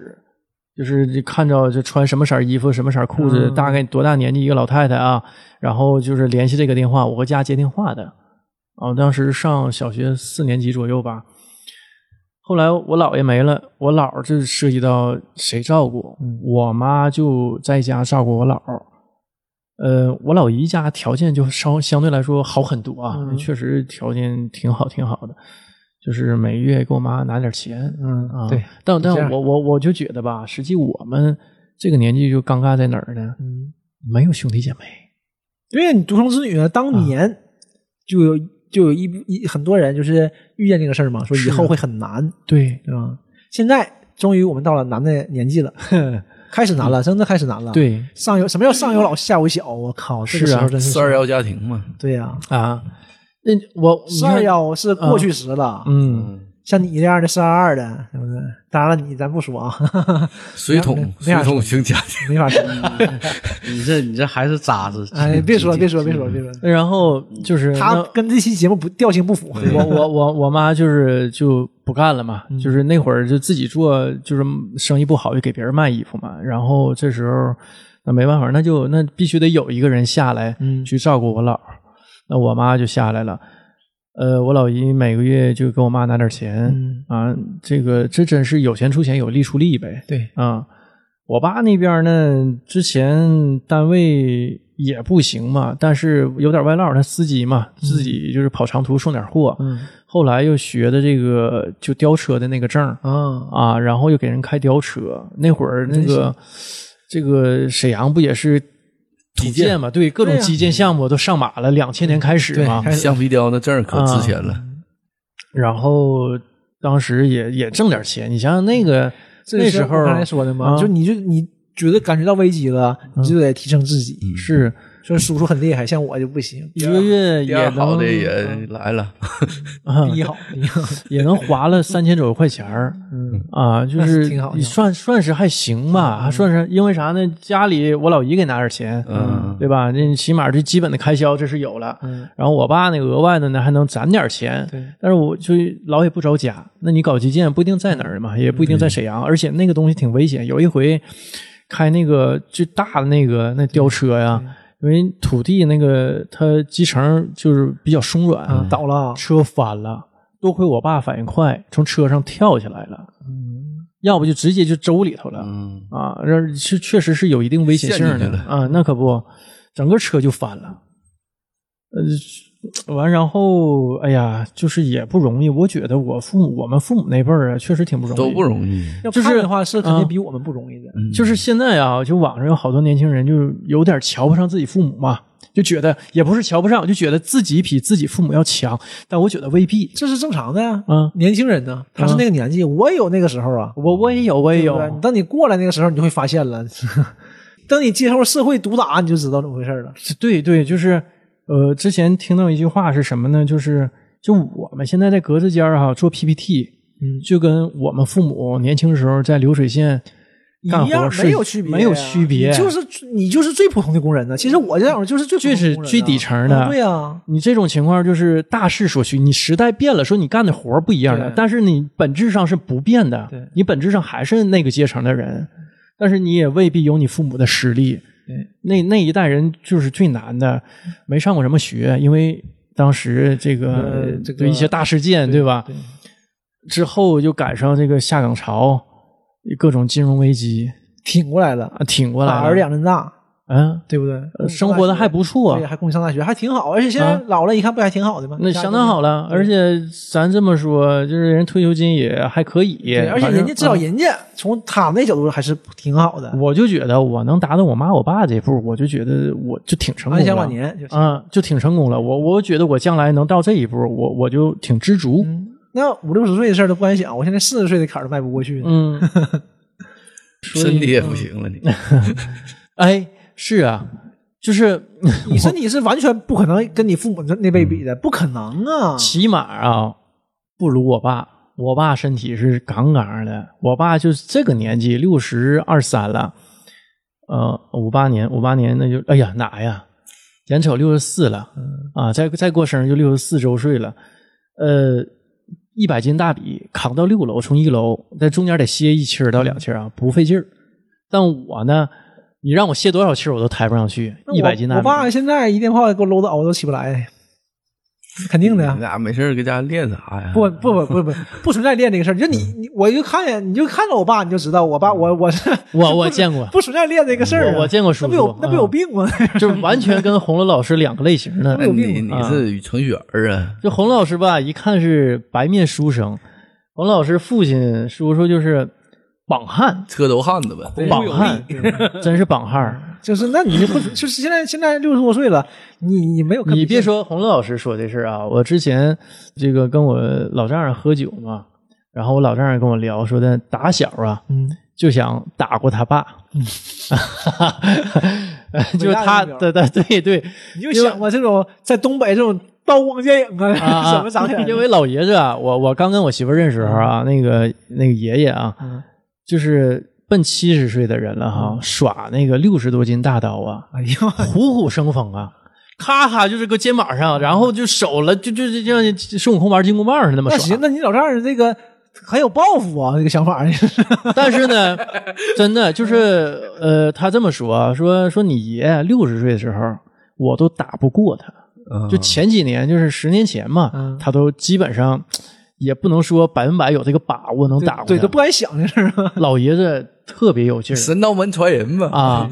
就是看着这穿什么色儿衣服、什么色儿裤子，嗯大概多大年纪一个老太太啊，然后就是联系这个电话，我搁家接电话的，啊，当时上小学四年级左右吧。后来我姥爷没了，我姥儿就涉及到谁照顾，嗯我妈就在家照顾我姥儿。呃，我老姨家条件就稍相对来说好很多啊，嗯确实条件挺好，挺好的。就是每月给我妈拿点钱，嗯啊，对，但这但样我我我就觉得吧，实际我们这个年纪就尴尬在哪儿呢？嗯，没有兄弟姐妹，因为你独生子女呢，啊当年就有就有一一很多人就是遇见这个事儿嘛，说以是啊后会很难， 对对吧？现在终于我们到了难的 年纪了，开始难了，真的开始难了。，对上有什么叫上有老下有小？我靠，这个是时啊候真是四二幺家庭嘛，对呀，啊，那我你四看二幺是过去时了，嗯，像你这样的四二二的，对不对？当然了，你咱不说 啊，水桶那水样桶型家庭，没法说。 你这你这还是渣子，哎，别说，别说，别说，别说，然后就是嗯嗯他那跟这期节目不调性不符。我 我我我妈就是就不干了嘛，嗯就是那会儿就自己做，就是生意不好就给别人卖衣服嘛。然后这时候那没办法，那就那必须得有一个人下来嗯去照顾我姥儿。那我妈就下来了，呃，我老姨每个月就给我妈拿点钱、嗯啊，这个这真是有钱出钱，有力出力呗。对，啊，我爸那边呢，之前单位也不行嘛，但是有点外落，他司机嘛，自己就是跑长途送点货。嗯后来又学的这个就吊车的那个证儿啊，啊，然后又给人开吊车。那会儿那真行个这个沈阳不也是土建嘛？对，各种对呀基建项目都上马了，两千年开始啊对嘛。开始橡皮雕那证儿可值钱了。啊然后当时也也挣点钱，你想想那个这那是时候我刚才说的嘛，啊嗯就你就你觉得感觉到危机了，你就得提升自己。是说叔叔很厉害，像我就不行，一个月第也二能嗯好的也来了，啊第一好，第一好，也能划了三千左右块钱儿嗯，啊，就那是是挺好嗯你挺好算算是还行吧，还算是因为啥呢？家里我老姨给拿点钱，嗯，对吧？那起码这基本的开销这是有了，嗯然后我爸那额外的呢还能攒点钱，对但是我就老也不着家。那你搞基建不一定在哪儿嘛，也不一定在沈阳，而且那个东西挺危险。有一回开那个最大的那个那吊车呀，因为土地那个它基层就是比较松软，啊，倒了，车翻了，多亏我爸反应快，从车上跳下来了，要不就直接就周里头了、嗯，啊，这是确实是有一定危险性陷进的去了啊，那可不，整个车就翻了，呃，完然后哎呀，就是也不容易，我觉得我父母我们父母那辈儿啊，确实挺不容易，嗯都不容易。要就是看的话是肯啊定比我们不容易的。嗯就是现在啊，就网上有好多年轻人就是有点瞧不上自己父母嘛，就觉得也不是瞧不上，就觉得自己比自己父母要强，但我觉得未必这是正常的呀。啊。年轻人呢，他是那个年纪，我也有那个时候啊，我我也有，我也嗯对有不对？等你过来那个时候，你就会发现了。 等你接受社会毒打，你就知道怎么回事了。对对，就是呃，之前听到一句话是什么呢？就是就我们现在在格子间儿哈、做 PPT，嗯就跟我们父母年轻时候在流水线干活一样是没有区别呀，没有区别，你就是你就是最普通的工人呢。其实我这样就是最普通的工人啊最是最底层的啊对呀，你这种情况就是大势所趋，你时代变了，说你干的活儿不一样了对，但是你本质上是不变的对，你本质上还是那个阶层的人，但是你也未必有你父母的实力对。嗯那那一代人就是最难的，没上过什么学，因为当时这个、呃这个对一些大事件，对吧？对之后就赶上这个下岗潮，各种金融危机挺过来了，啊，挺过来把了。儿子养真大，嗯、对不对？呃生活的还不错，对，还供你上大学，还挺好。而且现在啊老了，一看不还挺好的吗？那相当好了。了，而且咱这么说，就是人退休金也还可以对，，而且反正人家至少啊嗯人家从他们那角度还是挺好的，我就觉得我能达到我妈我爸这步，我就觉得我就挺成功安享了。晚年就行。啊、就挺成功了。我我觉得我将来能到这一步，我我就挺知足。那五六十岁的事儿都不敢想，我现在四十岁的坎儿都迈不过去呢。嗯， 身体也不 行了，你哎，是啊，就是你身体是完全不可能跟你父母那嗯辈比的，不可能啊！起码啊，不如我爸。我爸身体是杠杠的，我爸就是这个年纪，六十二三了，呃，五八年，五八年那就，哎呀，哪呀？眼瞅六十四了，嗯啊，再再过生日就六十四周岁了，呃，一百斤大笔扛到六楼，从一楼，在中间得歇一气儿到两气嗯儿啊，不费劲儿。但我呢，你让我歇多少气儿我都抬不上去，那我一百斤大我笔。爸现在一电话给我搂倒，我都起不来。肯定的呀啊嗯你。俩没事儿搁家练啥呀？不不不不不不存在练这个事儿，就你嗯你我就看见你就看着我爸你就知道我爸我我是我我见过，不存在练这个事儿啊，嗯我我见过叔叔嗯那不有那不有病吗？ 就是完全跟洪龙老师两个类型的那。你你啊是程序员儿啊？就洪老师吧，一看是白面书生，洪老师父亲叔叔就是绑汉，车头汉子呗。绑汉，真是绑汉儿。就是那你就不就是现在现在六十多岁了，你你没有你别说洪乐老师说这事儿啊，我之前这个跟我老丈人喝酒嘛，然后我老丈人跟我聊说的，打小啊嗯就想打过他爸， 就是他伟大的目对标对对对你就想吧，这种在东北这种刀光剑影啊，啊 啊怎么长起来的？因为老爷子啊，我我刚跟我媳妇儿认识的时候啊，那个那个爷爷啊，嗯就是奔七十岁的人了哈、耍那个六十多斤大刀啊，哎呀，虎虎生风啊，咔咔就是搁肩膀上，然后就手了，就就就像孙悟空玩金箍棒似的那么那耍行，。那你老丈人这个很有抱负啊，这个想法儿。 但是呢，真的就是 呃，他这么说啊说说你爷六十岁的时候，我都打不过他。嗯就前几年，就是十年前嘛，嗯他都基本上也不能说百分百有这个把握能打过他。对，都不敢想这事儿啊。老爷子特别有劲儿神刀门传人 吧？啊，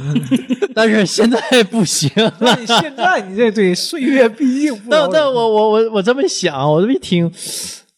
但是现在不行那了。你现在你这对岁月毕竟不饶但人但我我我我这么想，我这么一听，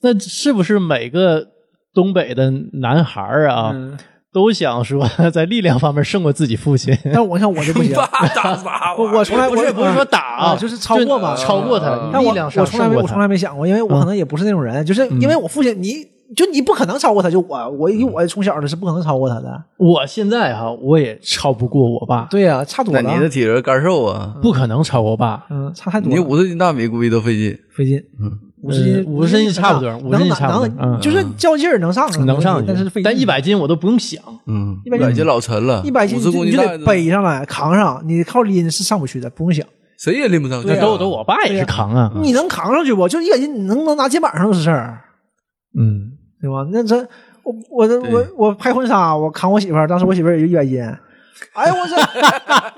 那是不是每个东北的男孩儿啊，嗯都想说 在力量方面胜过自己父亲？但是我像我就 不行，爸 打啥玩意儿？我我从来啊不我是也不是说打啊就是超过嘛超过他啊，但力我量我上从来胜没过我从他。嗯来没想过，因为我可能也不是那种人，就是因为我父亲，你就你不可能超过他，就我我以我从小的是不可能超过他的。我现在哈、我也超不过我爸，对呀，差多那了，你这体格干瘦啊？不可能超过我爸。嗯，差太多你了。五十斤大米估计都费劲。费劲，嗯，五十斤呃50斤差不多能50斤能差不多能嗯就是较劲儿能上，能上去，但是费劲。但一百斤我都不用想，嗯，一一百斤百斤老沉了，一百斤五十公你斤就袋得子背上来扛上，你靠拎是上不去的，不用想。谁也拎不上去啊。那都都我爸也对是呀扛啊，你能扛上去不？就一百斤，你能能拿肩膀上都是事儿，嗯，对吧？那这我我我对我拍婚纱，我扛我媳妇儿，当时我媳妇儿也就一百斤。哎呦我这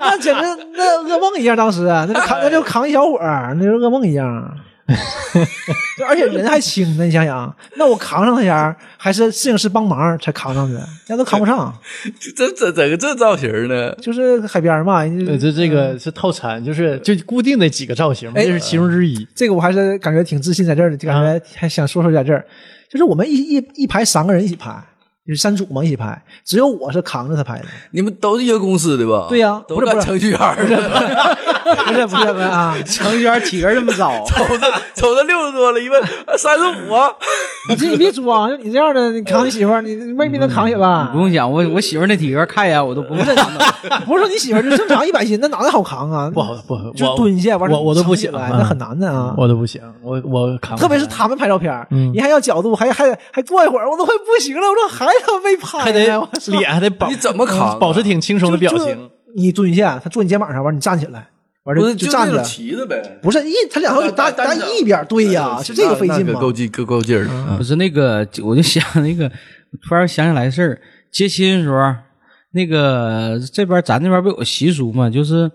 那简直那噩梦一样，当时啊那就扛那就扛一小会儿，那就噩梦一样。就而且人还轻呢，你想想，那我扛上他前儿还是摄影师帮忙才扛上去，那都扛不上。这这怎个这造型呢？就是海边儿嘛，人家呃，这这个是套餐，就是就固定的几个造型，哎这是其中之一。这个我还是感觉挺自信在这儿的，就感觉啊还想说说在这儿，就是我们一一一排三个人一起拍，就是三组嘛一起拍，只有我是扛着他拍的， 你们都是一个公司的吧？对呀都不是干不是程序员儿 的，不是不是不是啊，程序员体格这么糟，瞅着瞅着六十多了，一问三十五啊， 你这你别装，就你这样的，你扛你媳妇儿，你你未必能扛起来不。用想，我我媳妇儿那体格看一眼我都不 会想到。不是说你媳妇儿就正常一百斤，那哪能好扛啊？不好，不好，就我蹲下，完了我我都不扛起行，来，嗯那很，难的啊。我都不行，我我扛不特别是来他们拍照片儿，嗯你还要角度，还还还过一会儿，我都快不行了，我说还要被拍呢，还得我操脸还得保，你怎么扛啊保持挺轻松的表就 情，。你蹲下，他坐你肩膀上，完你站起来，完不是就就站那着种。骑的呗。不是一，他两头给搭单搭单着一边儿，对呀，那啊是这个费劲吗那可？啊够劲，够够劲儿的。不嗯是那个， 就我就想那个，突然想起来事儿，接亲的时候，那个这边咱这边不有习俗嘛，就是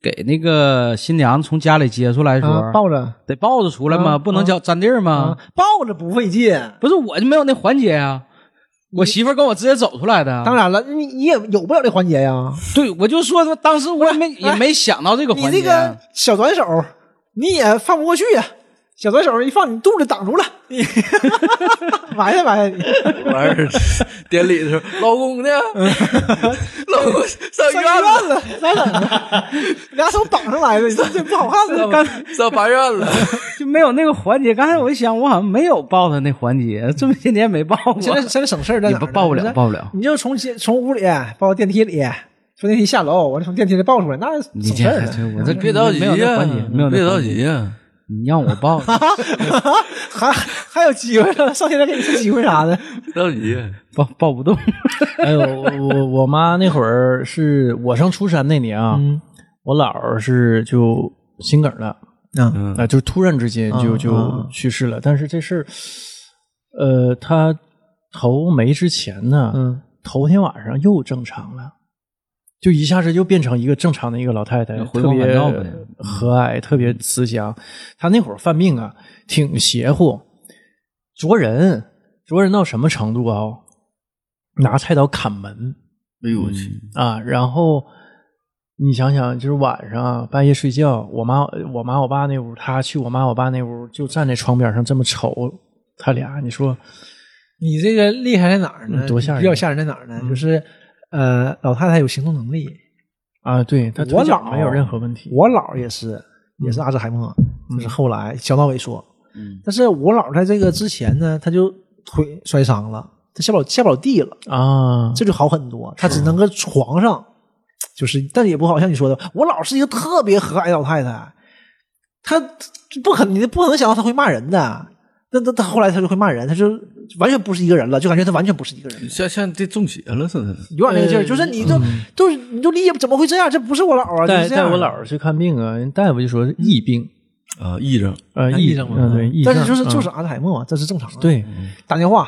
给那个新娘从家里接出来的时候，啊，抱着得抱着出来嘛，啊不能脚沾地儿嘛。啊，抱着不费劲。不是我就没有那环节啊，我媳妇儿跟我直接走出来的。当然了，你你也有不了这环节呀。对，我就说当时我也 没也哎没想到这个环你节。啊这个小短手，你也放不过去呀。小短手一放，你肚子挡住了， 你埋汰埋汰你。完事儿，典礼的 时候，老公呢？老公上医嗯上医院了，院了，咋整？ 俩手绑上来的，你说这不好看呢。刚上 法院了。就没有那个环节。刚才我一想，我好像没有抱他那环节，这么些年没抱过。现在现在省事儿在哪儿呢？你不抱不了你这抱不啊了你就从街从屋里抱到电梯里，从电梯下楼，完了从电梯里抱出来，那省你这事儿呢。这我啊这别着急没有那呀环节，没有那别环着节急呀。你让我 抱，啊 还还有机会了，上天再给你次机会啥的。别着急呀，抱抱不动。哎呦，我我我妈那会儿是我上初三那年啊，嗯我姥儿是就心梗了，嗯啊、就是突然之间就、嗯就嗯去世了。但是这事儿，呃，她头没之前呢，嗯，头天晚上又正常了。就一下子就变成一个正常的一个老太太，回特光别返照呗嗯和蔼，特别慈祥。她那会儿犯病啊，挺邪乎，啄人，啄人到什么程度啊？拿菜刀砍门哎呦我去，啊，然后你想想，就是晚上啊半夜睡觉，我妈我妈我爸那屋，她去我妈我爸那屋，就站在窗边上这么瞅他俩，你说你这个厉害在哪儿嗯呢？多吓人嗯比较吓人在哪儿呢？就是呃，老太太有行动能力，啊，对他我腿脚姥没有任何问题，我姥儿也是，嗯也是阿兹海默，就是后来小脑萎缩。嗯，但是我姥儿在这个之前呢，她就腿摔伤了，她下不了下不了地了，啊，这就好很多。她只能搁床上，就是但也不好像你说的，我姥儿是一个特别和蔼的老太太，她不可你不可能想到她会骂人的。那那她后来她就会骂人，她就完全不是一个人了，就感觉她完全不是一个人了。像像这中邪了似的。有点呃那个劲儿，就是你就都是你就理解怎么会这样，这不是我姥儿啊，就带是这带嗯样。嗯我姥，儿去看病啊，人大夫就说是疫病，啊，癔症，呃，看疫医生嘛嗯对，疫但是症就是就嗯是阿兹海默嘛，这是正常的。，对，打电话，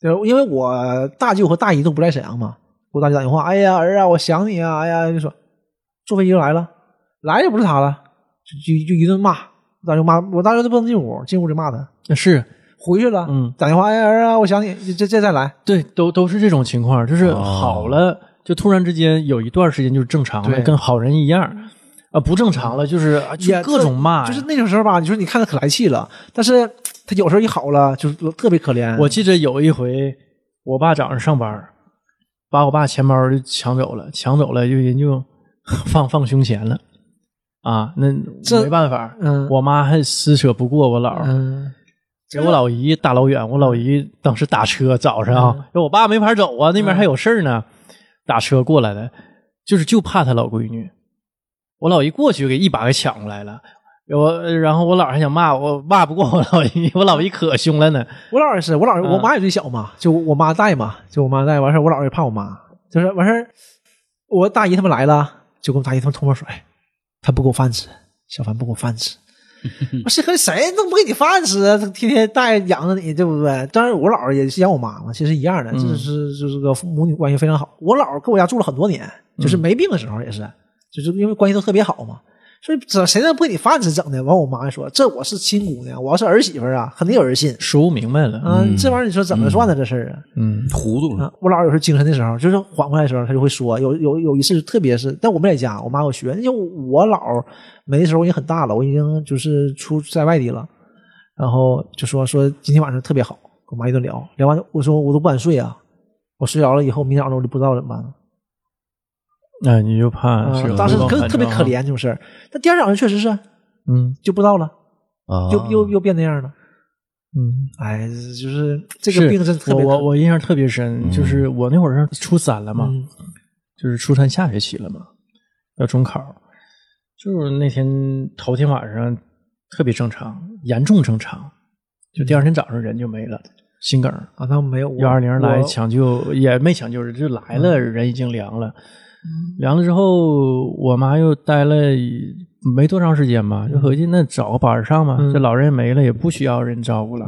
就是因为我大舅和大姨都不在沈阳嘛，给我大舅打电话，哎呀儿啊，我想你啊，哎呀就说坐飞机就来了，来就不是他了，就就就一顿骂，我大舅骂我大舅都不能进屋，进屋就骂他，那是回去了，嗯，打电话，哎呀儿啊，我想你，这这这再来，对，都都是这种情况，就是哦好了，就突然之间有一段时间就是正常了，对跟好人一样，啊、不正常了就是啊就也各种骂呀，就是那种时候吧，你说你看他可来气了，但是他有时候一好了，就是特别可怜。我记着有一回，我爸早上上班儿，把我爸钱包就抢走了，抢走了就人就 放放胸前了，啊，那这没办法，嗯我妈还撕扯不过我姥儿，嗯。给我老姨大老远，我老姨当时打车早上嗯啊，因为我爸没法走啊，那边还有事儿呢，打车过来的，就是就怕她老闺女。我老姨过去给一把给抢过来了，我然后我姥儿还想骂我，骂不过我老姨，我老姨可凶了呢。我姥儿也是，我姥儿我妈也最小嘛，就我妈带嘛，就我妈带完事儿，我姥儿也怕我妈，就是完事儿，我大姨他们来了，就跟我大姨他们通报说，哎，他不给我饭吃，小凡不给我饭吃，我是和谁都不给你饭吃啊，天天带养着你，对不对？当然我姥儿也是养我妈嘛，其实一样的，这是就是个父母女关系非常好。我姥儿跟我家住了很多年，就是没病的时候也是，就是因为关系都特别好嘛。所以这谁能不给你饭吃整的？完，我妈还说：“这我是亲姑娘，我要是儿媳妇儿啊，肯定有人信。”说明白了，啊，这玩意儿你说怎么算呢？这事儿啊，嗯糊涂了，啊，我姥儿有时候精神的时候，就是缓过来的时候，她就会说，有有有一次，特别是，但我没在家，我妈给我学，因为我姥儿没的时候我已经很大了，我已经就是出在外地了，然后就说说今天晚上特别好，跟我妈一顿聊，聊完我说我都不敢睡啊，我睡着了以后，明天早上我就不知道怎么办了。那你就怕啊嗯是吧当时回光特返特别照可怜这种事儿，但第二天早上确实是嗯就不知道了，啊又又又变那样了。嗯，哎，就是这个病真是特我别我可我印象特别深，就是我那会儿上初三了嘛，嗯就是初三下学期了嘛，要中考，就是那天头天晚上特别正常，严重正常，就第二天早上人就没了，心梗，啊，那没有我幺二零来我嗯抢救也没抢救，就来了，人已经凉了，凉了之后，我妈又待了没多长时间吧，就合计那找个班儿上吧，嗯这老人也没了，也不需要人照顾了。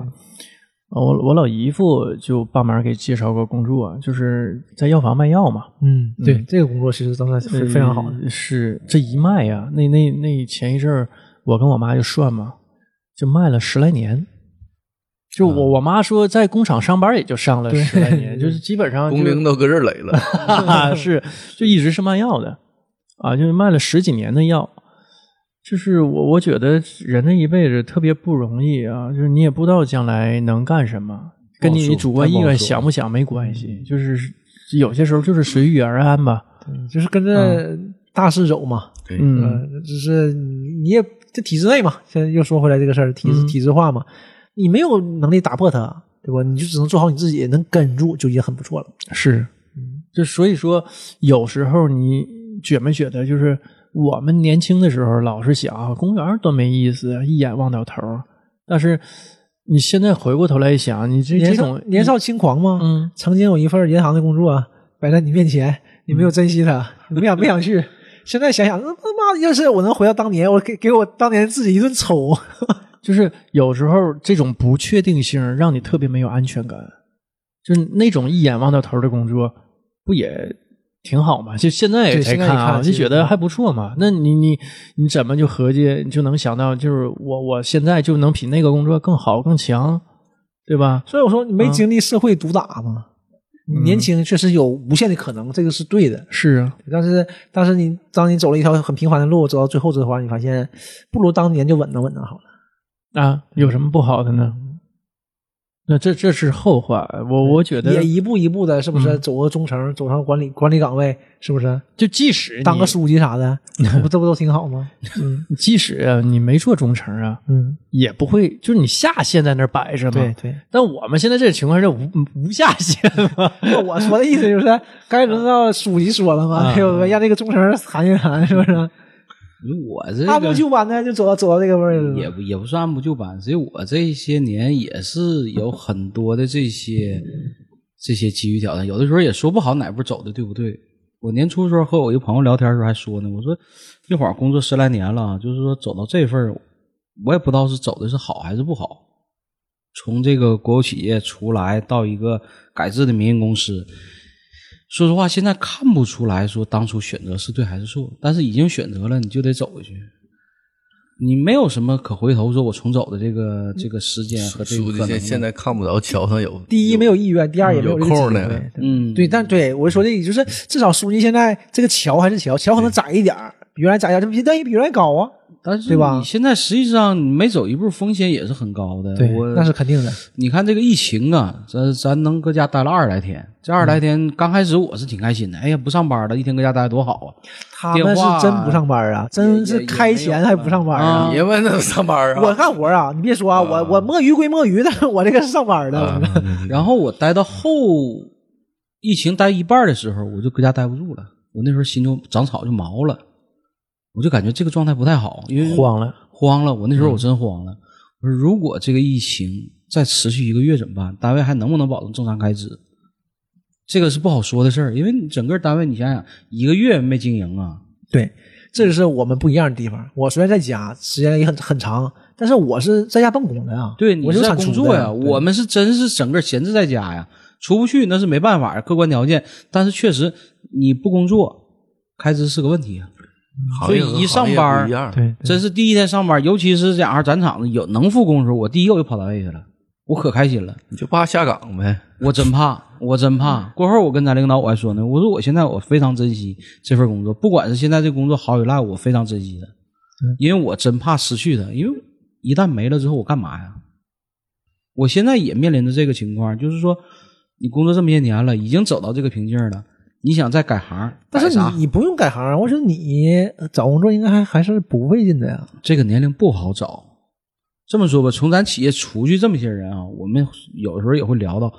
呃我我老姨夫就帮忙给介绍过工作，就是在药房卖药嘛，嗯，对嗯，这个工作其实当时非非常好的。呃是这一卖呀，那那那前一阵儿，我跟我妈就算嘛，就卖了十来年。就啊我我妈说，在工厂上班也就上了十来 年，就是基本上就工龄都搁这儿垒了， 哈哈，是就一直是卖药的啊，就是卖了十几年的药。就是我我觉得人这一辈子特别不容易啊，就是你也不知道将来能干什么，跟不好你说主观太意不好愿说想不想没关系，就是有些时候就是随遇而安吧。嗯就是跟着大势走嘛，对嗯，嗯，就是你你也这体制内嘛，现在又说回来这个事儿，体制嗯体制化嘛，你没有能力打破它，对吧？你就只能做好你自己，能跟住就已经很不错了。是，嗯就所以说，有时候你觉没觉得，就是我们年轻的时候老是想啊，公园多没意思，啊一眼望到头儿。但是你现在回过头来一想，你这年这少种年，少轻狂嘛，嗯，曾经有一份银行的工作啊摆在你面前，你没有珍 惜它，你没想没想去。现在想想，那他妈要是我能回到当年，我给给我当年自己一顿抽。就是有时候这种不确定性让你特别没有安全感，就是那种一眼望到头儿的工作，不也挺好嘛，就现在对才现在一看啊，看就其实觉得还不错嘛。那你你你怎么就合计你就能想到，就是我我现在就能比那个工作更好更强，对吧？所以我说你没嗯经历社会毒打嘛，你年轻确实有无限的可能，这个是对的。是啊，但是，但是你当你走了一条很平凡的路，走到最后这块儿，你发现不如当年就稳当稳当好了。啊，有什么不好的呢？那这这是后话，我我觉得也一步一步的，是不是走个中层，走上管理管理岗位，是不是就即使你当个书记啥的，这不这不都挺好吗？嗯即使啊你没做中层啊，嗯，也不会就是你下线在那儿摆着嘛。对对。但我们现在这个情况是无无下限嘛，那我说的意思就是，该轮到书记说了嘛，啊对不对？让这个中层谈一谈，是不是？我这按部个就班的就走到走到这个位置嗯也了。不也不是按部就班，所以我这些年也是有很多的这些这些机遇挑战，有的时候也说不好哪步走的对不对。我年初的时候和我一个朋友聊天的时候还说呢，我说一晃工作十来年了，就是说走到这份儿，我也不知道是走的是好还是不好。从这个国有企业出来到一个改制的民营公司，说实话，现在看不出来说当初选择是对还是错，但是已经选择了，你就得走回去。你没有什么可回头，说我重走的这个嗯这个时间和这个书可记能。现现在看不着桥上有第一没有意愿，第二也没有这个有空机会呢对嗯，对，但对我说这个就是，至少书记现在这个桥还是桥，桥可能窄一点儿，比原来窄一点儿，这比但也比原来高啊。但是对吧你现在实际上你每走一步风险也是很高的。我那是肯定的。你看这个疫情啊，咱咱能搁家待了二十来天，这二十嗯来天刚开始我是挺开心的，哎呀不上班了，一天搁家待多好啊。他们是真不上班啊，真是开钱还不上班啊啊。爷们能上班啊？我干活啊，你别说啊，我我摸鱼归摸鱼，但是我这个是上班的。啊啊我这嗯然后我待到后疫情待一半的时候，我就搁家待不住了，我那时候心就长草就毛了，我就感觉这个状态不太好， 因为慌了。慌了，我那时嗯候我真慌了。我说如果这个疫情再持续一个月怎么办？单位还能不能保证正常开支？这个是不好说的事儿，因为你整个单位，你想想一个月没经营啊， 对，这就是我们不一样的地方。我虽然在家时间也很很长，但是我是在家办公的啊。对，你我是是在产工出作的呀，我们是真是整个闲置在家呀，出不去那是没办法，客观条件。但是确实你不工作，开支是个问题啊。行业 所以一和行业上班不一样，对，真是第一天上班，尤其是这样咱厂子有能复工的时候，我第一个我就跑单位去了，我可开心了。你就怕下岗呗。我真怕，我真嗯怕。过后我跟咱领导我还说呢，我说我现在我非常珍惜这份工作，不管是现在这工作好与赖，我非常珍惜的，嗯因为我真怕失去它，因为一旦没了之后我干嘛呀？我现在也面临着这个情况，就是说你工作这么些年了，已经走到这个瓶颈了，你想再改行，但是改啥你你不用改行啊，我觉得你呃找工作应该还还是不费劲的呀。这个年龄不好找。这么说吧，从咱企业出去这么些人啊，我们有时候也会聊到，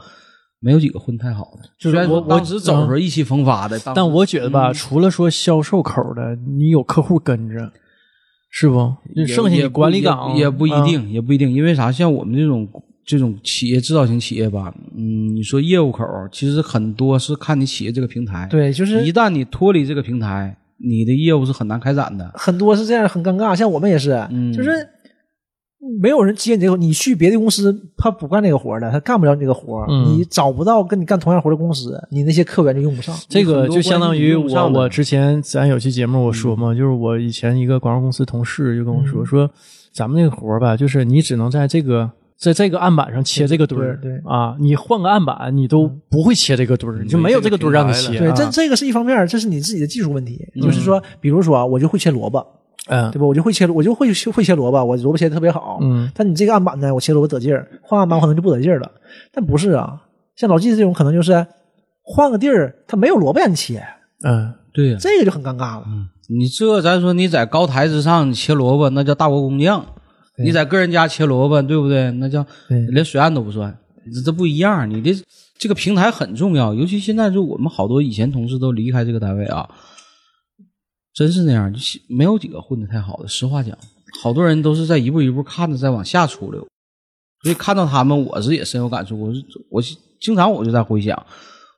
没有几个混太好的。就是虽然说我我当时走的时候意气风发的，当时但我觉得嗯吧，除了说销售口的，你有客户跟着，是不？就也剩下也你不管理岗也也不一啊定，也不一定，因为啥？像我们这种这种企业制造型企业吧，嗯，你说业务口儿其实很多是看你企业这个平台，，对，就是一旦你脱离这个平台，你的业务是很难开展的。很多是这样，很尴尬。像我们也是，嗯就是没有人接你这个，你去别的公司，他不干这个活儿的，他干不了你这个活儿，嗯你找不到跟你干同样活儿的公司，你那些客源就用不上。这个很多就相当于关系用我不上的嗯我之前咱有期节目我说嘛，就是我以前一个广告公司同事就跟我说、说，咱们那个活儿吧，就是你只能在这个在这个案板上切这个墩儿，对对对啊，你换个案板你都嗯不会切这个墩儿，你就没有这个墩儿让你切，对，啊这这个是一方面，这是你自己的技术问题。就是说，比如说啊，我就会切萝卜，嗯对吧？我就会切，我就会会切萝卜，我萝卜切的特别好。嗯，但你这个案板呢，我切萝卜得劲儿，换案板我可能就不得劲儿了。但不是啊，像老季这种可能就是换个地儿，他没有萝卜让你切，嗯，对呀、这个就很尴尬了。你这咱说你在高台之上切萝卜，那叫大国工匠；你在个人家切萝卜，对不对？那叫对连水岸都不算，这这不一样。你的这个平台很重要，尤其现在就我们好多以前同事都离开这个单位啊，真是那样，就是没有几个混的太好的。实话讲，好多人都是在一步一步看着在往下出溜，所以看到他们，我是也深有感触。我是我是经常我就在回想，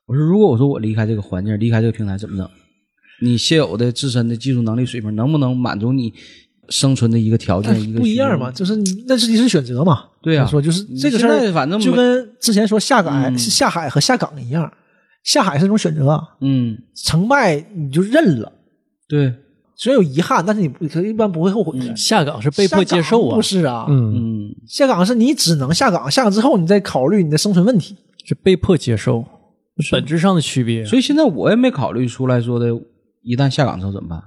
我说如果我说我离开这个环境，离开这个平台怎么整？你现有的自身的技术能力水平能不能满足你生存的一个条件？一个不一需样要嘛，就是你那是你是选择嘛。对呀啊我说就是你这个事现儿，在反正就没跟之前说下岗、嗯下海和下岗一样，下海是一种选择，啊嗯，成败你就认了，对，虽然有遗憾，但是你不可一般不会后悔的。下岗是被迫接受下岗啊不，是啊，嗯，嗯，下岗是你只能下岗，下岗之后你再考虑你的生存问题。是被迫接受，本质上的区别。所以现在我也没考虑出来说的，一旦下岗之后怎么办？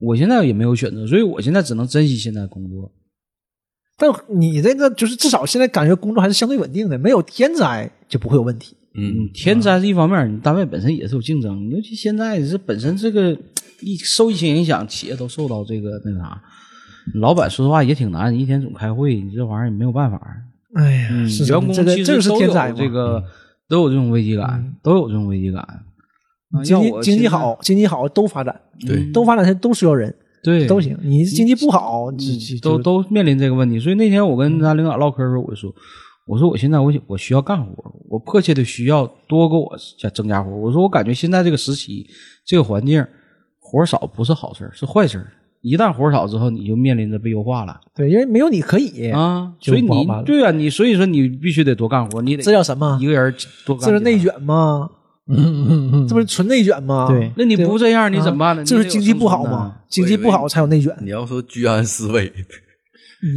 我现在也没有选择，所以我现在只能珍惜现在工作。但你这个就是至少现在感觉工作还是相对稳定的，没有天灾就不会有问题。嗯嗯，，天灾是一方面，你单位本身也是有竞争，尤其现在是本身这个一受疫情影响，企业都受到这个那啥，老板说实话也挺难，一天总开会，你这玩意儿也没有办法。哎呀，嗯是，员工这个其这实个是都天有灾嘛嗯这个都有这种危机感，都有这种危机感。啊经要济我经济现在好，经济好都发展，嗯对都发展都需要人，对嗯都行。你经济不好，你嗯就嗯都就都面临这个问题。所以那天我跟咱领导唠嗑的时候，我说，我说我现在我我需要干活，我迫切的需要多给我加增加活。我说我感觉现在这个时期，这个环境，活少不是好事儿，是坏事儿。一旦活少之后，你就面临着被优化了对，因为没有你可以，啊，就所以不好你办了对啊，你所以说你必须得多干活，你得这叫什么一？个人多干。这是内，啊卷吗？嗯嗯这不是纯内卷吗？对那你不这样你怎么办呢？啊这你不是得有经济不好生存呐吗？经济不好才有内卷，你要说居安思危，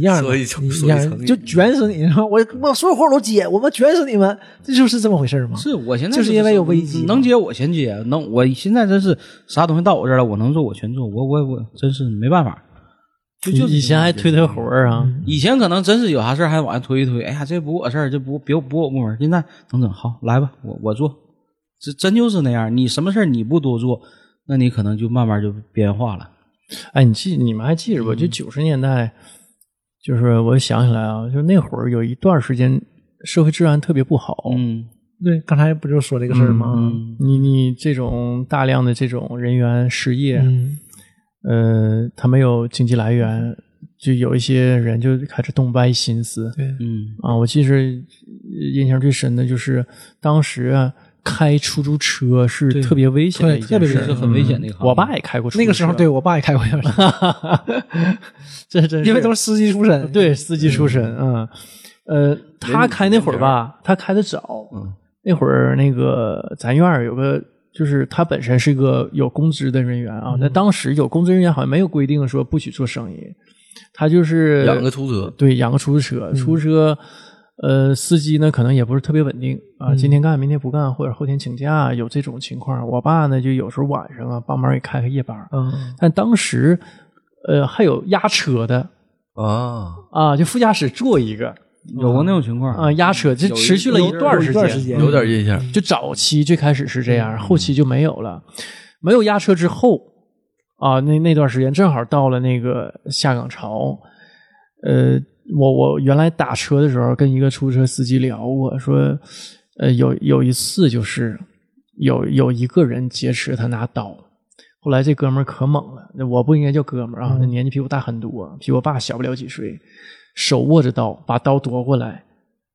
一样的，所以就一所以才样内的卷就卷死你！我我所有活我都接，我们卷死你们，这就是这么回事吗？是我现在就是因为有危机能接我先接，能我现在真是啥东西到我这儿了，我能做我全做，我我我真是没办法。就就以前还推推活儿啊，以前可能真是有啥事儿还往下推一推，哎呀，这不我事儿，这不别不我部门儿。现在等等，好来吧，我我做，这真就是那样。你什么事儿你不多做，那你可能就慢慢就边化了。哎，你记你们还记着吧？就九十年代，就是我想起来啊，就是那会儿有一段时间社会治安特别不好，嗯对，刚才不就说这个事儿吗？嗯你你这种大量的这种人员失啊业，嗯，呃，他没有经济来源，就有一些人就开始动歪心思对，嗯啊。我记着印象最深的就是当时啊，开出租车是对特别危险的对一件特别事危儿，险很危险的一个嗯行业我爸也开过出租车，那个时 候对我爸也开过一辆车，这真是因为都是司机出身。对，司机出身，嗯，呃，他开那会儿吧，他开的早，嗯，那会儿那个咱院儿有个，就是他本身是一个有公职的人员啊，那、当时有公职人员好像没有规定说不许做生意，他就是养个出租车，对养个出租车，出租车。呃，司机呢可能也不是特别稳定啊，嗯今天干明天不干，或者后天请假，有这种情况。我爸呢就有时候晚上啊帮忙给开开夜班儿，嗯，但当时呃还有压车的，啊，啊，就副驾驶坐一个有过那种情况啊，压车，这有一持续了有一一段有一段时间有点印象。就早期最开始是这样，后期就没有了。没有压车之后啊，那那段时间正好到了那个下岗潮。呃，我我原来打车的时候跟一个出租车司机聊过，说，呃，有有一次就是有有一个人劫持他拿刀。后来这哥们儿可猛了，那我不应该叫哥们儿啊，那年纪比我大很多，比我爸小不了几岁，手握着刀，把刀夺过来，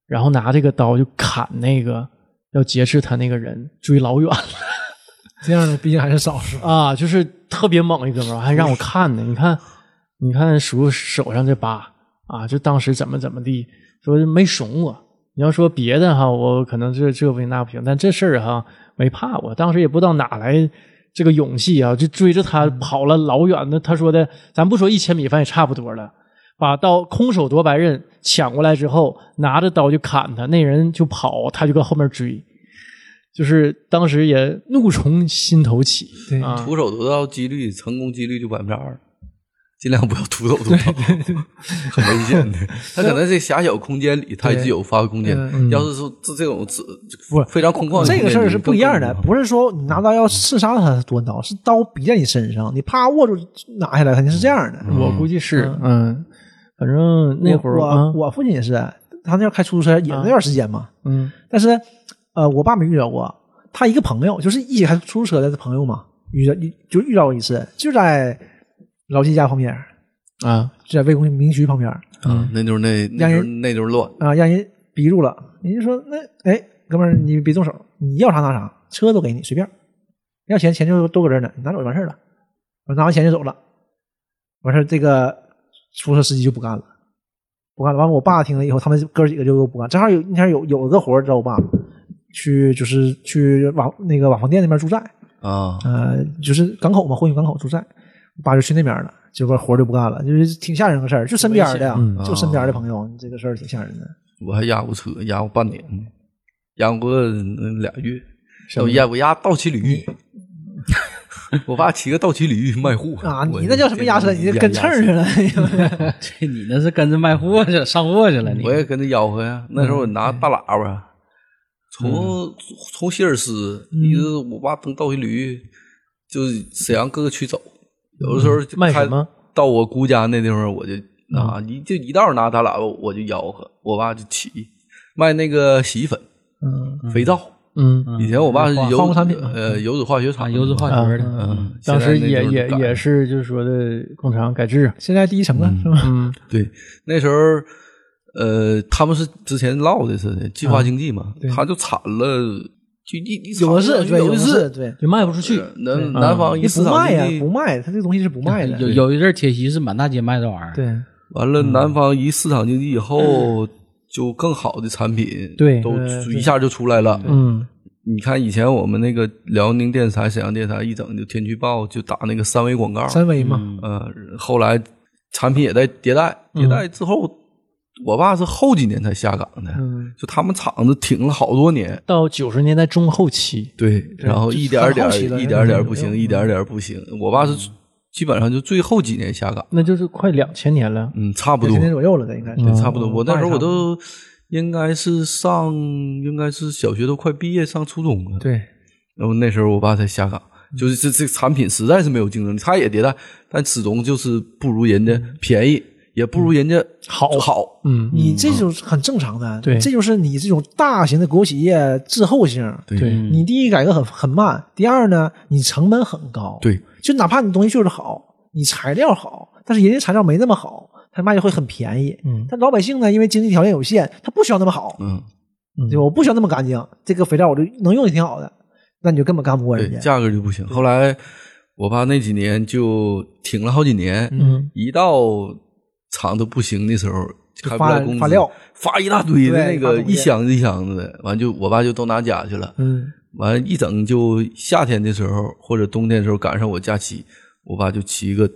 然后拿这个刀就砍那个要劫持他那个人，追老远了这样的毕竟还是少数。啊，就是特别猛一哥们儿，还让我看呢。你看，你看叔手上这疤啊，就当时怎么怎么地，说没怂我。你要说别的哈，我可能这这不行那不行，但这事儿哈没怕我，当时也不知道哪来这个勇气啊，就追着他跑了老远的。他说的，咱不说一千米，反正也差不多了。把刀空手夺白刃抢过来之后，拿着刀就砍他，那人就跑，他就搁后面追，就是当时也怒从心头起，对啊，徒手得到几率成功几率就百分之二，尽量不要徒手得到，很 危险的。他可能这狭小空间里，他也是有发挥空间的。要是说这这种自嗯不非常空哦旷的空间，这个事儿是不一样的你，更不是说你拿刀要刺杀他多刀，是刀比在你身上，你啪握住拿下来，肯定是这样的。我估计是，嗯，反正那会儿我啊我，我父亲也是，他那要开出租车也那段时间嘛，嗯但是呃，我爸没遇到过，他一个朋友就是一起开出租车的朋友嘛，遇到遇就遇到过一次，就在老季家旁边，啊，就在魏公民区旁边啊，那就是那那让就是人那就是乱，啊，让人逼住了。人家说那哎，哥们儿你别动手，你要啥拿啥，车都给你随便儿，要钱钱就都搁这儿呢，你拿走就完事儿了。我拿完钱就走了，完事儿这个出租车司机就不干了。不干了，完了我爸听了以后，他们哥几个就都不干。正好有那天有有个活儿找我爸，去就是去瓦那个瓦房店那边驻寨，啊，呃，就是港口嘛，货运港口驻寨，我爸就去那边了，结果活儿就不干了，就是挺吓人的事儿，就身边的呀，嗯就身边的朋友，你这个事儿挺吓人的。我还压过车，压过半年呢，压过呃俩月，我压我压倒骑驴，我爸骑个倒骑驴卖货啊，我你那叫什么压车？天你天这跟秤压儿车去了， 这你那是跟着卖货去了上货去了，你嗯我也跟着吆喝呀。那时候我拿嗯大喇哎叭，啊从从希尔斯嗯一直我爸蹬倒骑驴，就是沈阳各个区走。有的时候就嗯卖开什么嗯到我姑家那地方，我就拿一就一道拿大喇叭，我就吆喝，我爸就骑卖那个洗衣粉、嗯，肥皂。嗯，以前我爸是化油化工产品嘛呃，油脂化学啊厂，油脂化学的，嗯，现啊当在时那也就是也改也是就是说的工厂改制，啊现在第一层了，是吧？嗯对，那时候，呃，他们是之前唠的似的计划经济嘛，他就产了，就一一啊有的产是，了对，有有的的是，，对，就卖不出去，南南方一你市不场卖经呀，济不卖，他这个东西是不卖的。有有一阵儿铁西是满大街卖这玩意儿，对，嗯完嗯了，南方一市场经济以后，就更好的产品对都呃一下就出来了。嗯你看以前我们那个辽宁电视台、沈阳电视台一整就天气预报就打那个三维广告，三维嘛，呃，后来产品也在迭代，迭嗯代之后，我爸是后几年才下岗的，嗯，就他们厂子挺了好多年。到九十年代中后期，对，然后就一是点儿很点好儿，奇的一人点儿点儿有不没行，有一点儿点儿不行。我爸嗯是基本上就最后几年下岗，那就是快两千年了，嗯，差不九多十，年左右了，这应该是。嗯对，嗯差不多。我那时嗯候差不我多都应该是上，应该是小学都快毕业上初中了。对，然后那时候我爸才下岗，嗯就是这这产品实在是没有竞争力，他也迭代，但始终就是不如人嗯家便宜，也不如人家好好。嗯，你这种是很正常的，对这就是你这种大型的国有企业滞后性。嗯对，你第一改革很很慢，第二呢，你成本很高。对，就哪怕你东西就是好，你材料好，但是人家材料没那么好，他卖就会很便宜。嗯但老百姓呢，因为经济条件有限，他不需要那么好，嗯，对吧？我不需要那么干净，这个肥料我就能用的挺好的，那你就根本干不过对人，家。价格就不行。后来我爸那几年就挺了好几年，嗯一到厂子不行的时候，就开不发来工资，发料发一大堆的对那个发东西一箱子一箱子的，完就我爸就都拿家去了。嗯，完一整就夏天的时候或者冬天的时候赶上我假期，我爸就骑个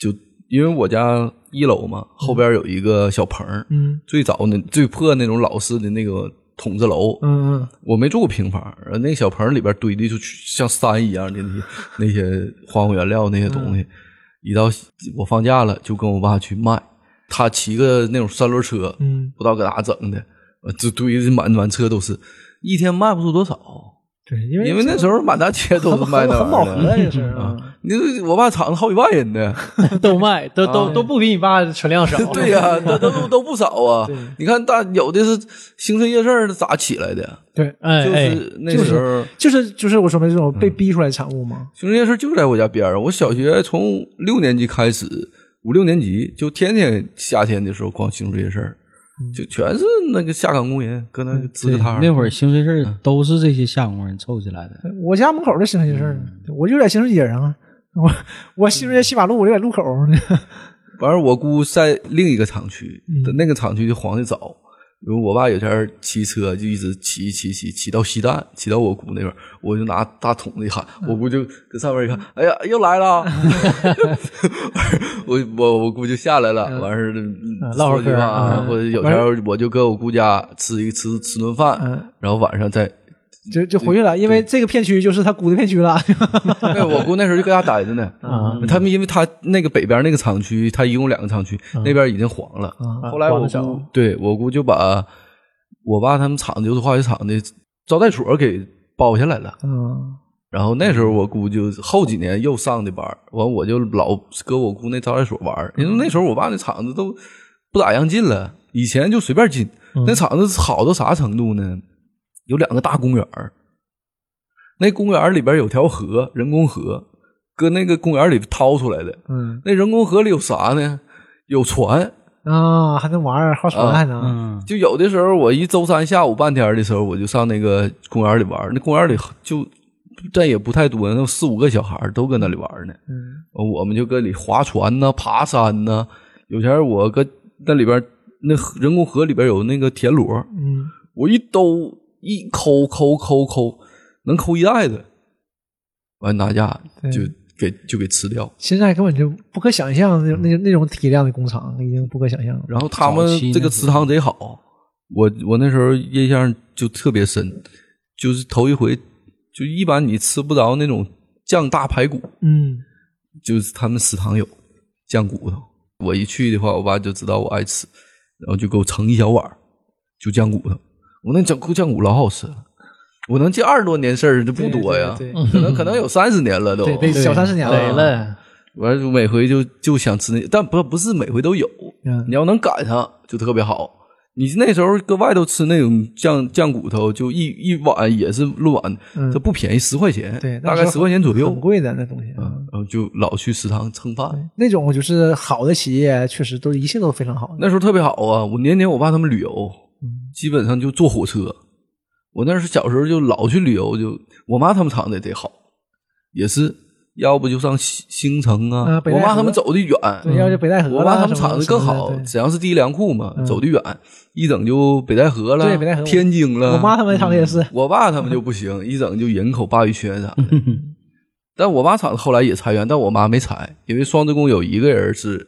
就因为我家一楼嘛，后边有一个小棚儿，嗯最早那最破那种老式的那个筒子楼，嗯嗯，我没住过平房，然后那个小棚里边堆的就像山一样的那 些那些化工原料那些东西，嗯一到我放假了就跟我爸去卖，他骑个那种三轮车，嗯，不知道搁哪整的，呃就堆的满满车都是，一天卖不出多少，对，因为因为那时候满大街都是很卖很那很饱玩和意儿呀， 这的。是啊。你说我爸厂子好几万人呢， 都卖，都都都不比你爸存量少，啊 对呀、都都都不少啊。你看大有的是兴盛夜市咋起来的，对，哎就哎，是那时候。就是就是我说的这种嗯被逼出来的产物嘛。熊这件事就在我家边上。啊我小学从六年级开始，五六年级就天天夏天的时候逛熊这件事儿，嗯就全是那个下岗工人搁那支个摊儿。那会儿兴衰事嗯儿都是这些下工人凑起来的，我家门口的新世界事儿，嗯我就在新世界上啊。我我新世界西马路，我就在路口呢。完事儿我姑在另一个厂区，嗯那个厂区就黄的早。比如我爸有天儿骑车就一直骑骑骑骑到西单，骑到我姑那边儿，我就拿大桶子一喊，嗯我姑就搁上面一看，哎呀，又来了， 我我我姑就下来了，完事儿嗯唠会儿说句嗑儿话，嗯或者有天儿我就搁我姑家吃一吃吃顿饭嗯，然后晚上再， 就就回去了，因为这个片区就是他姑的片区了。哎，我姑那时候就搁家待 着呢，啊，他们因为他那个北边那个厂区，他一共两个厂区，嗯那边已经黄了。 啊后来我黄了姑对我姑就把我爸他们厂子油脂化学厂的招待所给包下来了。嗯，然后那时候我姑就后几年又上的班儿，完我就老搁我姑那招待所玩儿，因为那时候我爸那厂子都不咋样进了，以前就随便进。那厂子好到啥程度呢？有两个大公园儿那公园儿里边有条河，人工河，搁那个公园里掏出来的。嗯那人工河里有啥呢？有船，啊，还能玩儿，划船还啊能。嗯，就有的时候我一周三下午半天的时候，我就上那个公园里玩儿。那公园里就但也不太多，那有四五个小孩儿都搁那里玩儿呢。嗯我们就搁里划船呐、爬山呐、有天儿我搁那里边儿那河人工河里边有那个田螺，嗯我一兜一抠抠抠抠，能抠一袋子，完拿下对就给就给吃掉。现在根本就不可想象，那种那那种体量的工厂已经不可想象了。然后他早期们那这个时祠堂贼好，我我那时候印象就特别深，就是头一回，就一般你吃不着那种酱大排骨，嗯，就是他们食堂有酱骨头。我一去的话，我爸就知道我爱吃，然后就给我盛一小碗儿，就酱骨头。我那酱酱骨老好吃了，我能记二十多年事儿，这不多呀，对 可能可能有三十年了都。对对，小三十年没了，了，完了，每回就就想吃那，但不不是每回都有。嗯你要能赶上就特别好。你那时候搁外头吃那种酱酱骨头，就一一碗也是论碗，嗯它不便宜，十块钱，对，那大时概候十块钱左右很。贵的那东西。嗯，然后就老去食堂蹭饭。那种就是好的企业，确实都一切都非常好。那时候特别好啊！我年年我爸他们旅游，嗯基本上就坐火车。我那时候小时候就老去旅游，就我妈他们厂子也得好，也是要不就上新新城啊啊。北我戴妈他河们走的远，对，要是北戴河我啦爸他们什么厂子更好什么，的嗯沈阳是第一粮库嘛，走得远，一整就北戴河了，对北戴河天津对了。我妈他们厂子也是，嗯我爸他们就不行，一整就人口鲅鱼圈啥的。但我妈厂子后来也裁员，但我妈没裁，因为双职工有一个人是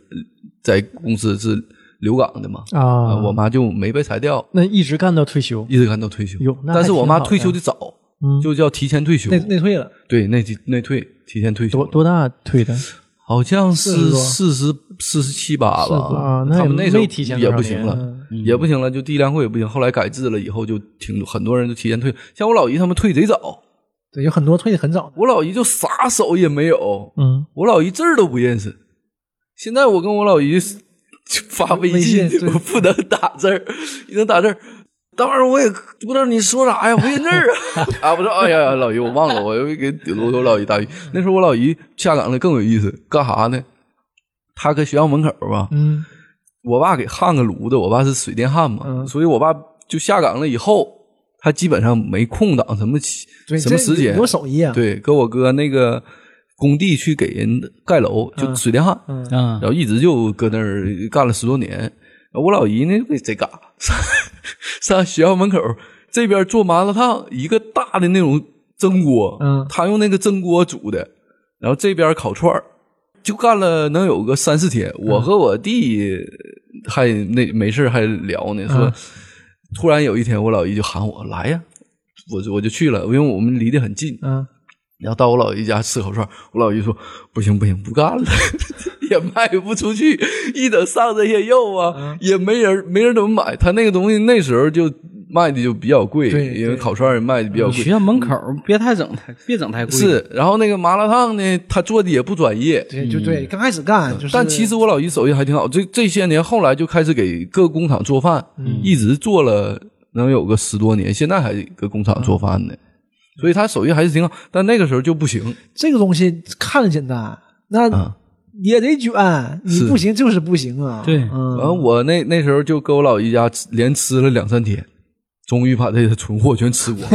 在公司是留岗的嘛，啊啊，我妈就没被裁掉，那一直干到退休，一直干到退休哟。那还但是我妈挺好的退休的早，嗯，就叫提前退休内，内退了，对，内内退，提前退休多了。多大退 的？好像40是多四十四十七八吧，多啊那他也们那时候没提前也多少不行年嗯了，也不行了，就地粮会也不行。后来改制了以后，就挺很多人就提前退，像我老姨他们退贼早，对，有很多退的很早的。我老姨就啥手也没有，嗯，我老姨字儿都不认识。现在我跟我老姨就发微信微信，对我不能打字儿，你能打字儿。当时我也不知道你说啥呀，不认字儿 啊！啊，我说，哎呀，老姨，我忘了，我又给我我老姨打语。那时候我老姨下岗了更有意思，干啥呢？她搁学校门口吧，嗯，我爸给焊个炉子，我爸是水电焊嘛，嗯所以我爸就下岗了以后，他基本上没空档什么起对，什么这时间，有手艺啊？，对，跟我哥那个工地去给人盖楼，就水电焊，嗯，啊然，后一直就搁那儿干了十多年。然后我老姨呢，给贼嘎，上上学校门口这边做麻辣烫，一个大的那种蒸锅，嗯他用那个蒸锅煮的，然后这边烤串儿，就干了能有个三四天。嗯我和我弟还那没事儿还聊呢，说、嗯突然有一天，我老姨就喊我来呀，我就我就去了，因为我们离得很近，嗯，然后到我老姨家吃烤串，我老姨说不行不行，不干了， 也卖不出去，一等上这些肉啊，嗯也没人没人怎么买。他那个东西那时候就卖的就比较贵，对因为对烤串儿卖的比较学贵。校门口别太整太，别整太贵。是，然后那个麻辣烫呢，他做的也不专业，对，就对，刚开始干就是，但其实我老姨手艺还挺好。这这些年后来就开始给各工厂做饭，嗯一直做了能有个十多年，现在还搁工厂做饭呢。嗯所以他手艺还是挺好，但那个时候就不行。这个东西看着简单，那嗯也得卷，你是不行就是不行啊。对嗯，完，我那那时候就跟我老姨家吃连吃了两三天，终于把这些存货全吃光。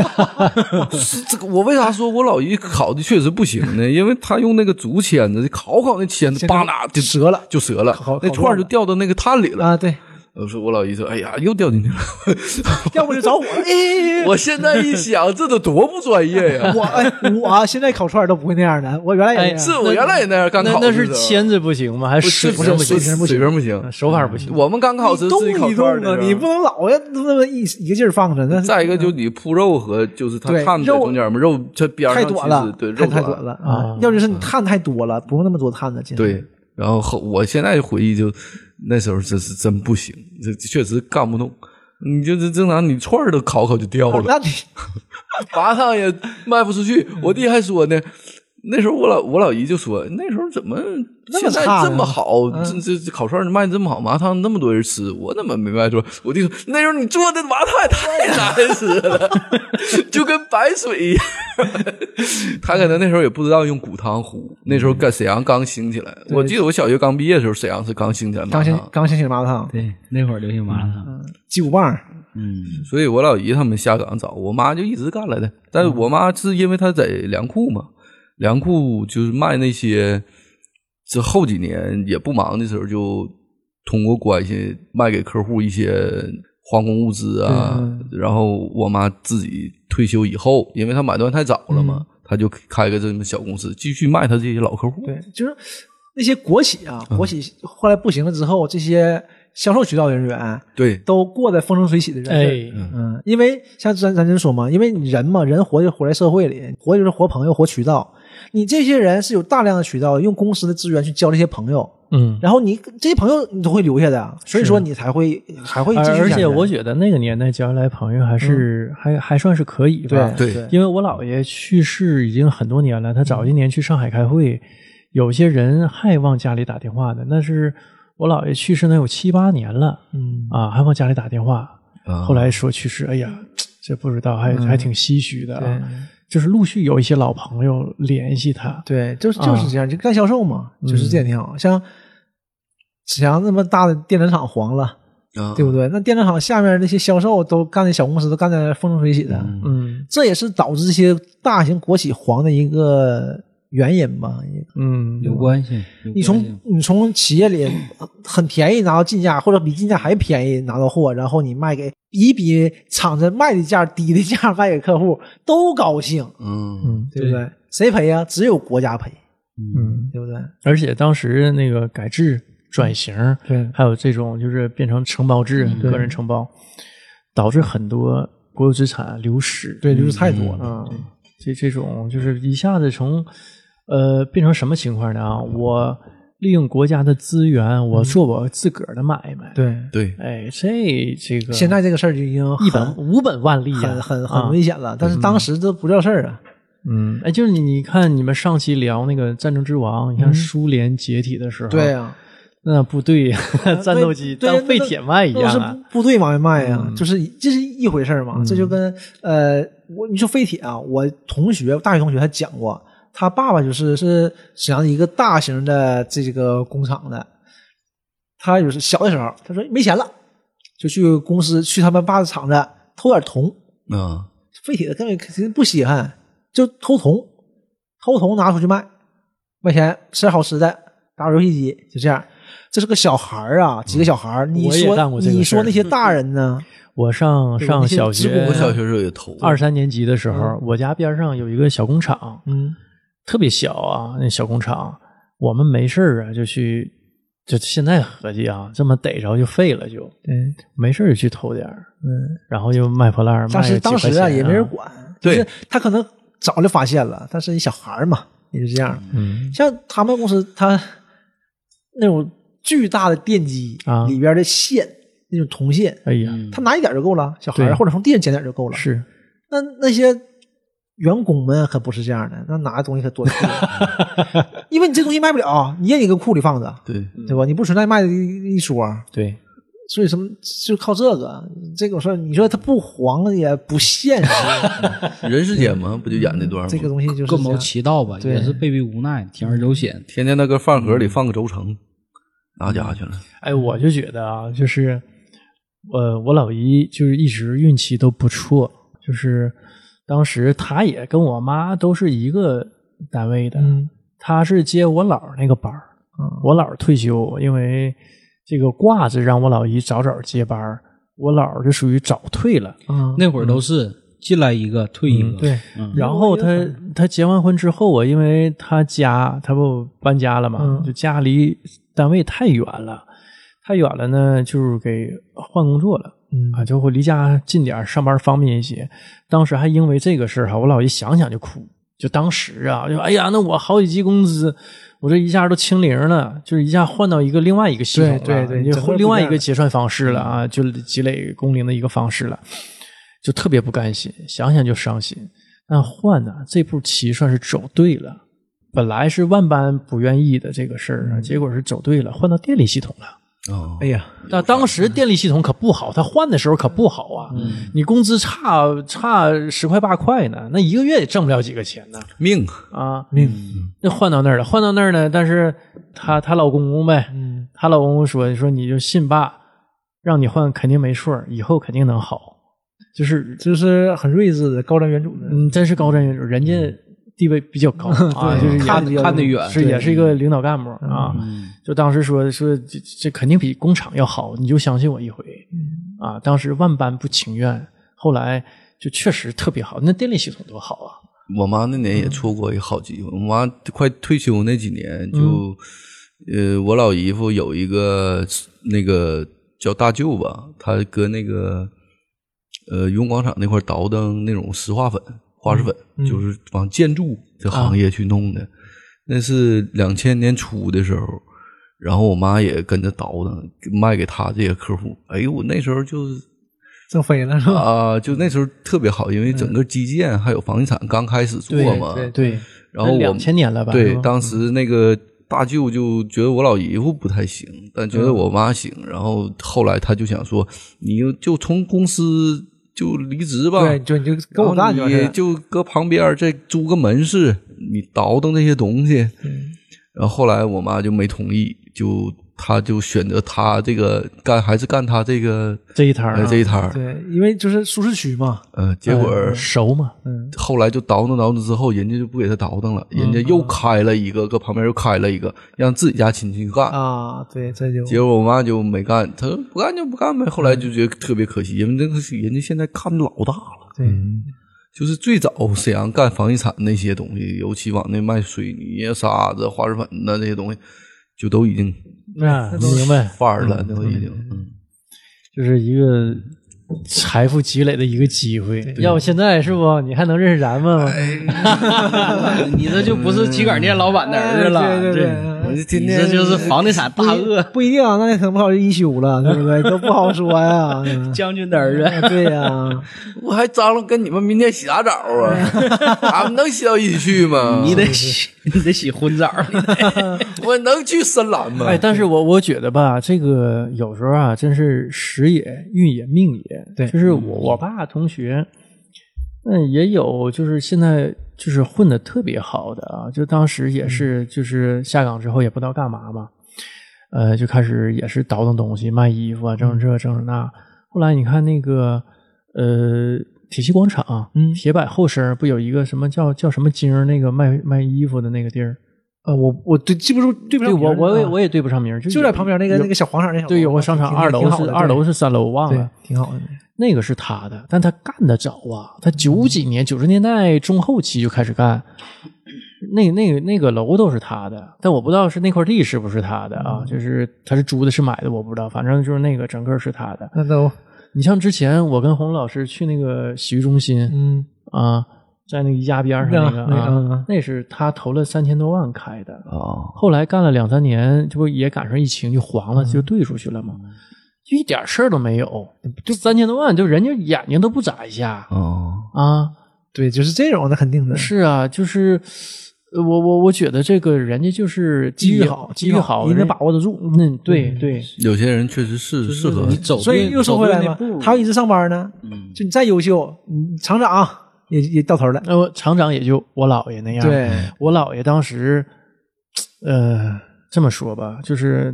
是这个，我为啥说我老姨烤的确实不行呢？因为她用那个竹签子烤烤那签子，现在叭啦就折了就折了烤烤，那串儿就掉到那个炭里了。啊，对，我说我老姨说，哎呀，又掉进去了。 要不就着火了。哎，我现在一想，这得多不专业 呀！我哎，我现在烤串都不会那样的，我原来也哎是是我原来也那样干那烤的那时候，是签子不行吗？还是水不平是不水行？啊平不行，水平不行。手法不行。我们刚烤是动自己烤一串动儿的啊时，候你不能老要那么一一个劲儿放着，那再一个就你铺肉和就是它对炭在肉中间嘛，肉这边儿太上其短实了，对，肉太太短了啊啊！要就是你碳太多了，不用那么多碳了，其实对。然后后我现在回忆就那时候这是真不行，这确实干不动。你就是正常，你串儿都烤烤就掉啊了，那你 麻烫也卖不出去。我弟还说呢，那时候我老我老姨就说，那时候怎么那么现在差呢嗯这么好，这这这烤串儿卖得这么好，麻辣烫那么多人吃，我怎么没卖出？我弟说那时候你做的麻辣烫也太难吃了， 就跟白水一样。他可能那时候也不知道用骨汤糊，那嗯时候在沈阳刚兴起来。我记得我小学刚毕业的时候，沈阳是刚兴起来麻刚辣先烫，刚先起麻辣烫，对，那会儿流行麻辣烫。鸡骨棒，嗯，所以我老姨他们下岗早，我妈就一直干来的。但是嗯我妈是因为她在粮库嘛，粮库就是卖那些，这后几年也不忙的时候，就通过关系卖给客户一些化工物资啊，嗯然后我妈自己退休以后，因为她买断太早了嗯嘛，她就开个这么小公司，继续卖她这些老客户。对，就是那些国企啊，嗯国企后来不行了之后，这些销售渠道人员对都过得风生水起的日子。哎，嗯，因为像咱咱真说嘛，因为你人嘛，人活就活在社会里，活就是活朋友，活渠道。你这些人是有大量的渠道，用公司的资源去交这些朋友，嗯，然后你这些朋友你都会留下的啊，所以说你才会还会继续而而下去且我觉得那个年代交下来朋友还嗯是、还还算是可以吧对，对因为我姥爷去世已经很多年了，他早些年去上海开会，有些人还往家里打电话的。那是我姥爷去世能有七八年了嗯啊，还往家里打电话。啊后来说去世，哎呀，这不知道，还、还挺唏嘘的嗯对啊。就是陆续有一些老朋友联系他，对，就是啊就是这样，就干销售嘛，嗯就是这样挺好。像沈阳那么大的电子厂黄了，嗯啊对不对？那电子厂下面那些销售都干的小公司都干的风生水起的，嗯这也是导致这些大型国企黄的一个原因吧。一个嗯，有关系。有你关系从你从企业里很便宜拿到进价，或者比进价还便宜拿到货，然后你卖给比比厂子卖的价低的价卖给客户，都高兴，嗯嗯，对不对？谁赔呀？只有国家赔，嗯，对不对？而且当时那个改制转型，对还有这种就是变成承包制、嗯个人承包，导致很多国有资产流失。对，流失太多了。啊，这这种就是一下子从呃变成什么情况呢？啊，我利用国家的资源，我做我自个儿的买卖。，嗯对，对哎，这这个现在这个事儿就已经很一本无本万利啊很，很啊很危险了，但是当时这不叫事儿啊。嗯，哎，就是你你看你们上期聊那个战争之王，你看苏联解体的时候，嗯对啊呀，那部队 战斗机对啊当废铁卖一样那啊是，部嗯队往外卖呀、就是这是一回事儿嘛。这就跟呃，我你说废铁啊，我同学大学同学他讲过，他爸爸就是是沈阳的一个大型的这个工厂的，他就是小的时候，他说没钱了，就去公司去他们爸的厂子偷点铜，啊废铁的根本肯定不稀罕，就偷铜，偷铜拿出去卖，卖钱吃点好吃的，打会儿游戏机，就这样。这是个小孩儿啊，几个小孩儿，你嗯我也说干过这个你事说儿嗯那些大人呢？我上对上那些小职学，工我小学时候也投呃二三年级的时候，我家边上有一个小工厂，嗯特别小啊，那小工厂，我们没事儿啊就去，就现在合计啊，这么逮着就废了就，对，没事儿就去偷点儿，嗯，然后就卖破烂儿，当时嗯卖几块当时钱啊也没人，管，对就是他可能早就发现了，但是一小孩儿嘛，也就这样。嗯像他们公司，他那种巨大的电机啊里边的线，那种铜线，哎呀，他拿一点就够了，小孩对儿或者从地上捡点就够了。是，那那些员工们可不是这样的，那拿的东西可多得 多因为你这东西卖不了，你也得搁库里放着，对对吧？你不存在卖的一一说，对，所以什么就靠这个这种事儿，你说它不黄也不现实，人世间嘛，不就 演这段吗？这个东西就是各谋这样其道吧，也是被逼无奈，铤而走险。天天那个饭盒里放个轴承，拿家去了。哎，我就觉得啊，就是，呃，我老姨就是一直运气都不错，就是当时她也跟我妈都是一个单位的，嗯她是接我姥儿那个班儿，我姥儿退休，因为这个挂着让我老姨早早接班儿，我姥儿就属于早退了。啊，那会儿都是进来一个退一个，对嗯然后他他结完婚之后啊，因为他家他不搬家了嘛，嗯就家离单位太远了，太远了呢，就是给换工作了。嗯啊，就会离家近点儿上班方便一些。当时还因为这个事儿哈，我姥爷想想就哭，就当时啊，就哎呀，那我好几级工资，我这一下都清零了，就是一下换到一个另外一个系统了，对对对你整个不换一另外一样个了嗯结算方式了啊，就积累工龄的一个方式了，就特别不甘心，想想就伤心。但换呢，这步棋算是走对了。本来是万般不愿意的这个事儿啊，嗯结果是走对了，换到电力系统了。啊哎呀，那当时电力系统可不好，他换的时候可不好啊。你工资差差十块八块呢，那一个月也挣不了几个钱呢命啊。那换到那儿了，换到那儿呢，但是她她老公公呗，嗯她老公公说说你就信爸，让你换肯定没错儿，以后肯定能好。就是就是很睿智的高瞻远瞩的，嗯，真是高瞻远瞩，人家地位比较高啊，就是也看得比较看得远是也是一个领导干部啊。就当时说说这这肯定比工厂要好，你就相信我一回啊，当时万般不情愿，后来就确实特别好。那电力系统多好啊！我妈那年也错过一个好机会。我妈快退休那几年，就、呃，我老姨夫有一个那个叫大舅吧，他搁那个呃云广场那块倒腾那种石化粉、化石粉，就是往建筑这行业去弄的。那是两千年初的时候，然后我妈也跟着倒腾，卖给他这些客户。哎呦，我那时候就是挣飞了是吧？啊，就那时候特别好，因为整个基建还有房地产刚开始做嘛。对对，然后我两千年了吧？对是吧当时那个大舅就觉得我老姨夫不太行，但觉得我妈行。然后后来他就想说，你就就从公司就离职吧，对，就你就跟我然后干就完事你儿就搁旁边儿再租个门市，你倒腾这些东西。然后后来我妈就没同意，就她就选择她这个干，还是干她这个这一摊儿呃啊这一摊儿。对，因为就是舒适区嘛，嗯呃，结果呃熟嘛，后来就倒腾倒腾之后，人家就不给他倒腾了，人家又开了一个，搁旁边又开了一个，让自己家亲戚干。啊，对，这就结果我妈就没干，她说不干就不干呗。后来就觉得特别可惜，因为那个是人家现在看老大了。对，就是最早沈阳干房地产那些东西，尤其往那卖水泥啊、沙子、化石粉呐这些东西，就都已经啊，明白，范儿了，都已经。嗯就是一个财富积累的一个机会。要不现在是不，你还能认识咱们吗？你这就不是体感店老板的 儿子了，哎对对对这我就天天你这就是房地产大鳄不一定啊，那也可能不好是一休了，对不对？都不好说 呀。嗯将军的儿啊子。对呀，我还张罗跟你们明天洗啥澡啊？俺们能洗到一起去吗？你得洗， 你得洗婚澡，我能去深蓝嗯吗？哎，但是我我觉得吧，这个有时候啊，真是时也、运也、命也。对嗯就是我我爸同学，嗯，也有就是现在就是混的特别好的啊，就当时也嗯是就是下岗之后也不知道干嘛嘛，呃，就开始也是倒腾东西，卖衣服啊，整整嗯这整整那。后来你看那个呃。铁西广场，嗯铁柏后身儿不有一个什么叫叫什么精儿那个卖卖衣服的那个地儿？呃，我我对记不住，对不对上名我儿。我也啊我也对不上名儿，就就有在旁边那个有那个小广场那小楼对，有个商场，挺二楼挺好是的二楼对是三楼，我忘对了。，挺好的。那个是他的，但他干得早啊，他九几年九十年代中后期就开始干，那那个那个楼都是他的，但我不知道是那块地是不是他的啊，就是他是租的是买的，我不知道，反正就是那个整个是他的。那都你像之前我跟洪老师去那个洗浴中心嗯，啊，在那个宜家边上那个啊那个嗯啊嗯，那是他投了三千多万开的，啊，后来干了两三年，这不也赶上疫情就黄嗯了，就兑出去了吗？就一点事儿都没有，就三千多万，就人家眼睛都不眨一下哦，嗯啊！对，就是这种的，肯定的。是啊，就是呃我我我觉得这个人家就是机遇运好，机遇好，人家人把握得住。那对对，有些人确实是适合你走对，嗯所以又说回来了嘛，，他要一直上班呢，嗯就你再优秀，你厂长也也到头了。那我厂长也就我姥爷那样，对，我姥爷当时，呃，这么说吧，就是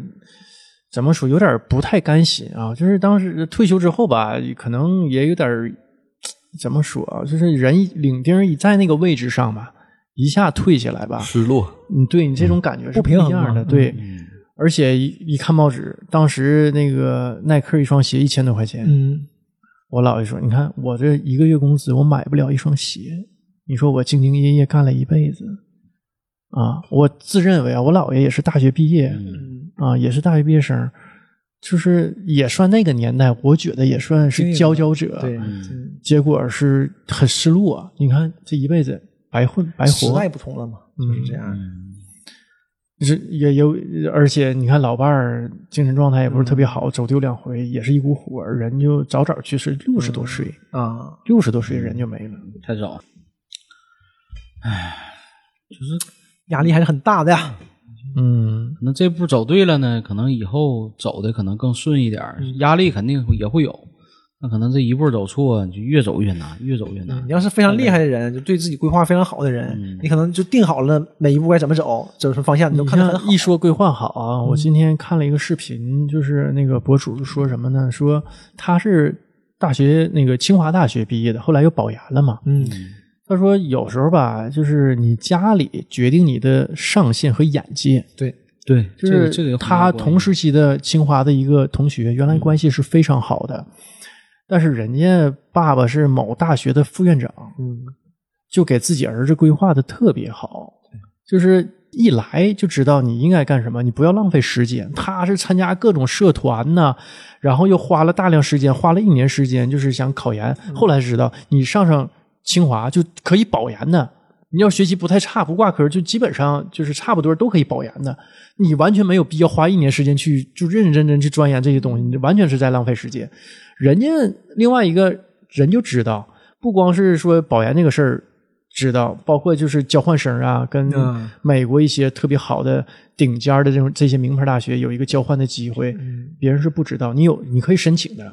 怎么说，有点不太甘心啊。就是当时退休之后吧，可能也有点儿怎么说啊，就是人一领丁儿一在那个位置上吧，一下退下来吧，失落。你对你这种感觉是嗯不平一衡样的，嘛嗯对。而且一一看报纸，当时那个耐克一双鞋一千多块钱，嗯，我姥爷说：“你看我这一个月工资，我买不了一双鞋。你说我兢兢业业干了一辈子，啊，我自认为啊，我姥爷也是大学毕业，嗯啊，也是大学毕业生，就是也算那个年代，我觉得也算是佼佼者。对，嗯结果是很失落、啊。你看这一辈子白混白时活代，不同了嘛，就是这样。嗯是也有，而且你看老伴儿精神状态也不是特别嗯好，走丢两回，也是一股火，人就早早去世，六十多岁，啊，六十多岁人就没了。”太早了。压力还是很大的呀。嗯，可能这步走对了呢，可能以后走的可能更顺一点儿，嗯压力肯定也会有。那可能这一步走错，你就越走越难，越走越难嗯你。要是非常厉害的人，就对自己规划非常好的人，你可能就定好了每一步该怎么走，走什么方向，你都你看得很像好。嗯一说规划好啊，嗯我今天看了一个视频，就是那个博主说什么呢？说他是大学那个清华大学毕业的，后来又保研了嘛。嗯，他说有时候吧，就是你家里决定你的上限和眼界。对，对，就这个是这个有很大他关系嗯同时期的清华的一个同学，原来关系是非常好的，但是人家爸爸是某大学的副院长，嗯，就给自己儿子规划的特别好，就是一来就知道你应该干什么，你不要浪费时间。他是参加各种社团呐、然后又花了大量时间，花了一年时间，就是想考研。后来知道你上上清华就可以保研的，你要学习不太差，不挂科，就基本上就是差不多都可以保研的。你完全没有必要花一年时间去就认认真真去钻研这些东西，你完全是在浪费时间。人家另外一个人就知道，不光是说保研这个事儿知道，包括就是交换生啊，跟嗯美国一些特别好的顶尖儿的这种这些名牌大学有一个交换的机会，嗯别人是不知道，你有你可以申请的，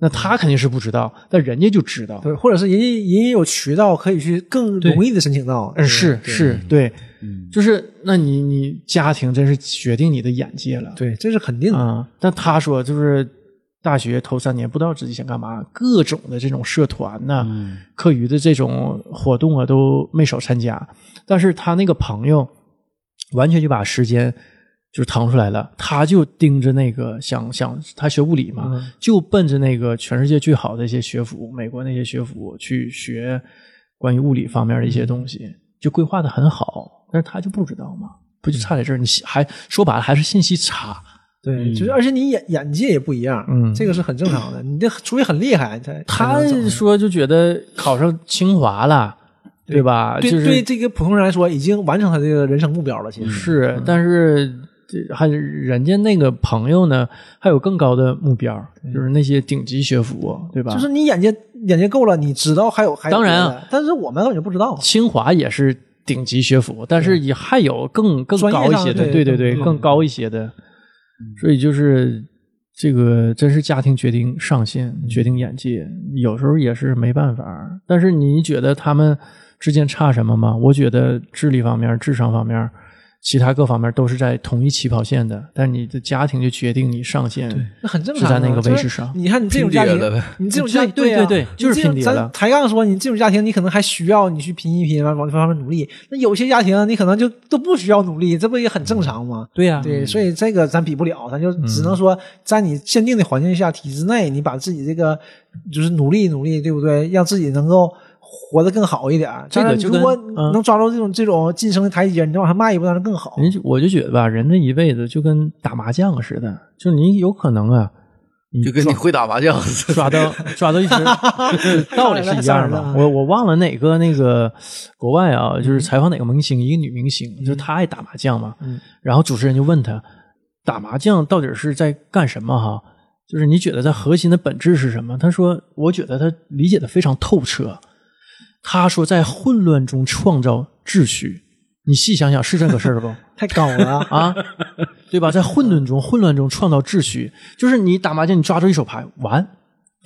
那他肯定是不知道，但人家就知道，对，或者是人家人家有渠道可以去更容易的申请到，嗯，是是，对，嗯就是那你你家庭真是决定你的眼界了，对，这是肯定的，啊、但他说就是大学头三年不知道自己想干嘛，各种的这种社团呐、嗯课余的这种活动啊都没少参加。但是他那个朋友完全就把时间就腾出来了，他就盯着那个想想他学物理嘛，嗯就奔着那个全世界最好的一些学府，美国那些学府去学关于物理方面的一些东西，就规划的很好，但是他就不知道嘛。不就差在这儿？你信还说白了还是信息差，对，就是而且你眼眼界也不一样，嗯这个是很正常的，你这除非很厉害，才他才能走说就觉得考上清华了，对吧？对、就是嗯对这个普通人来说，已经完成他这个人生目标了，其实是，但是这还人家那个朋友呢，还有更高的目标，就是那些顶级学府，对吧？就是你眼界眼界够了，你知道还有还有当然啊别的，但是我们根本就不知道，清华也是顶级学府，但是也还有更更专业高一上些的，对对对对，更嗯更高一些的。所以就是这个，真是家庭决定上限，决定眼界，有时候也是没办法。但是你觉得他们之间差什么吗？我觉得智力方面、智商方面。其他各方面都是在同一起跑线的，但你的家庭就决定你上限，那很正常是啊。在那个就是位置上你看你这种家拼叠了庭呗，你这种家对啊对对对就是拼叠咱了抬杠说，你这种家庭，你可能还需要你去拼一拼，往往这方面努力。那有些家庭，你可能就都不需要努力，这不也很正常吗？对呀、对，所以这个咱比不了，咱就只嗯能说，在你限定的环境下、体制内，你把自己这个就是努力努力，对不对？让自己能够活得更好一点。这个当然就如果跟嗯能抓住这种这种晋升的台阶，你再往上迈一步，当然更好。人家嗯我就觉得吧，人这一辈子就跟打麻将似的，就你有可能啊，就跟你会打麻将 似的。抓到抓到一只道理是一样的。我我忘了哪个那个国外啊，就是采访哪个明星，一个女明星，就是她爱打麻将嘛。嗯然后主持人就问她，打麻将到底是在干什么哈？就是你觉得它核心的本质是什么？她说，我觉得她理解的非常透彻。她说，在混乱中创造秩序。你细想想，是这个事儿不？，太高了 啊，对吧？在混沌中、混乱中创造秩序，就是你打麻将，你抓住一手牌，完，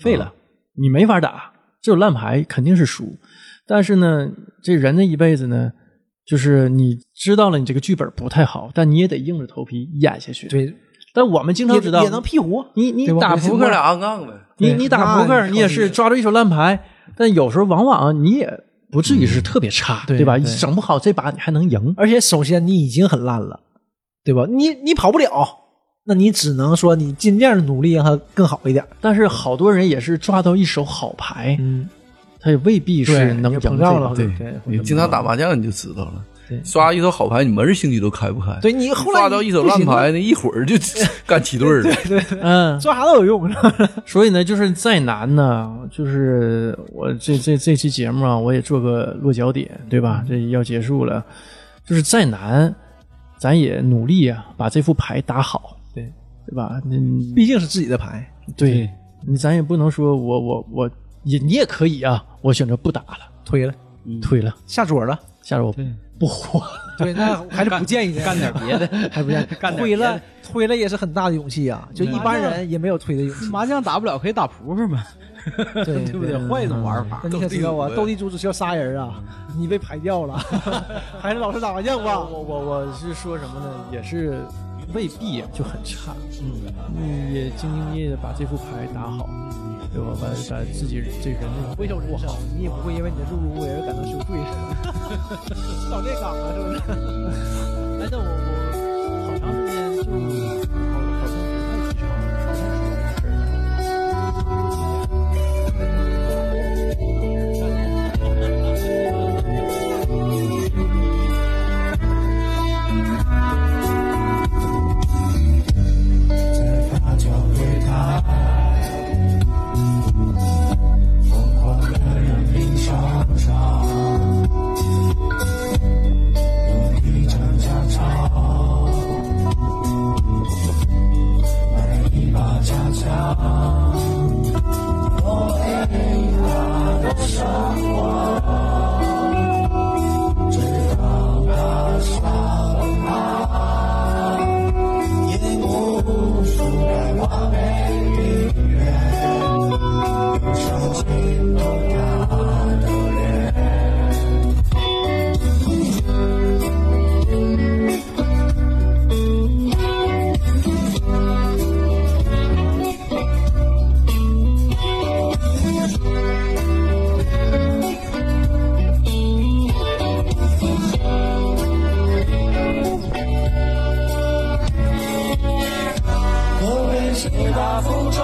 废啊了，你没法打，这种烂牌肯定是输。但是呢，这人的一辈子呢，就是你知道了你这个剧本不太好，但你也得硬着头皮演下去。，对，但我们经常也知道，也能辟胡。你你对吧打我们扑扑克克啊，俩杠杠呗，你对你打扑那克，你你也靠是你抓住一手烂牌，但有时候往往你也不至于是特别差，嗯对对吧？对整不好这把你还能赢。而且首先你已经很烂了，对吧？你你跑不了，那你只能说你尽量努力让它更好一点。但是好多人也是抓到一手好牌，嗯，他也未必是能赢这膨胀了，个。对你经常打麻将你就知道了对。刷一手好牌，你门儿兴趣都开不开。对你后来刷到一手烂不行了牌，那一会儿就 干七对儿了。嗯，抓啥都有用，是吧？ 所以呢，就是再难呢，就是我这这这期节目啊，我也做个落脚点，对吧？这要结束了，就是再难，咱也努力啊，把这副牌打好，对对吧？你毕竟是自己的牌。对你，咱也不能说我我我也你也可以啊，我选择不打了，推了，退了，下桌了。下周我不活了。对，那 还是不建议这样干点别 的，还不建议干点推别的了，推了也是很大的勇气啊！就一般人也没有推的勇气，麻将打不了可以打扑克嘛，对对不对对？换一种玩法那。你可知道啊，斗地主只需要仨人啊，你被排掉了，还是老实打麻将吧。我我我是说什么呢？也是未必就很差，嗯，也兢兢业业的把这副牌打好，对吧？把把自己这人那种微笑人生，你也不会因为你的碌碌无为而感到羞 愧。老练岗了，是不是？哎，但我我好长时间就好好像不太提倡不太说这个事儿。大福州，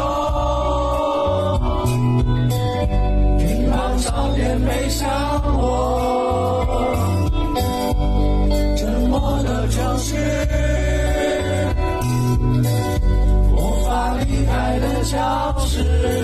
云南上连没想我，沉默的城市，无法离开的消失。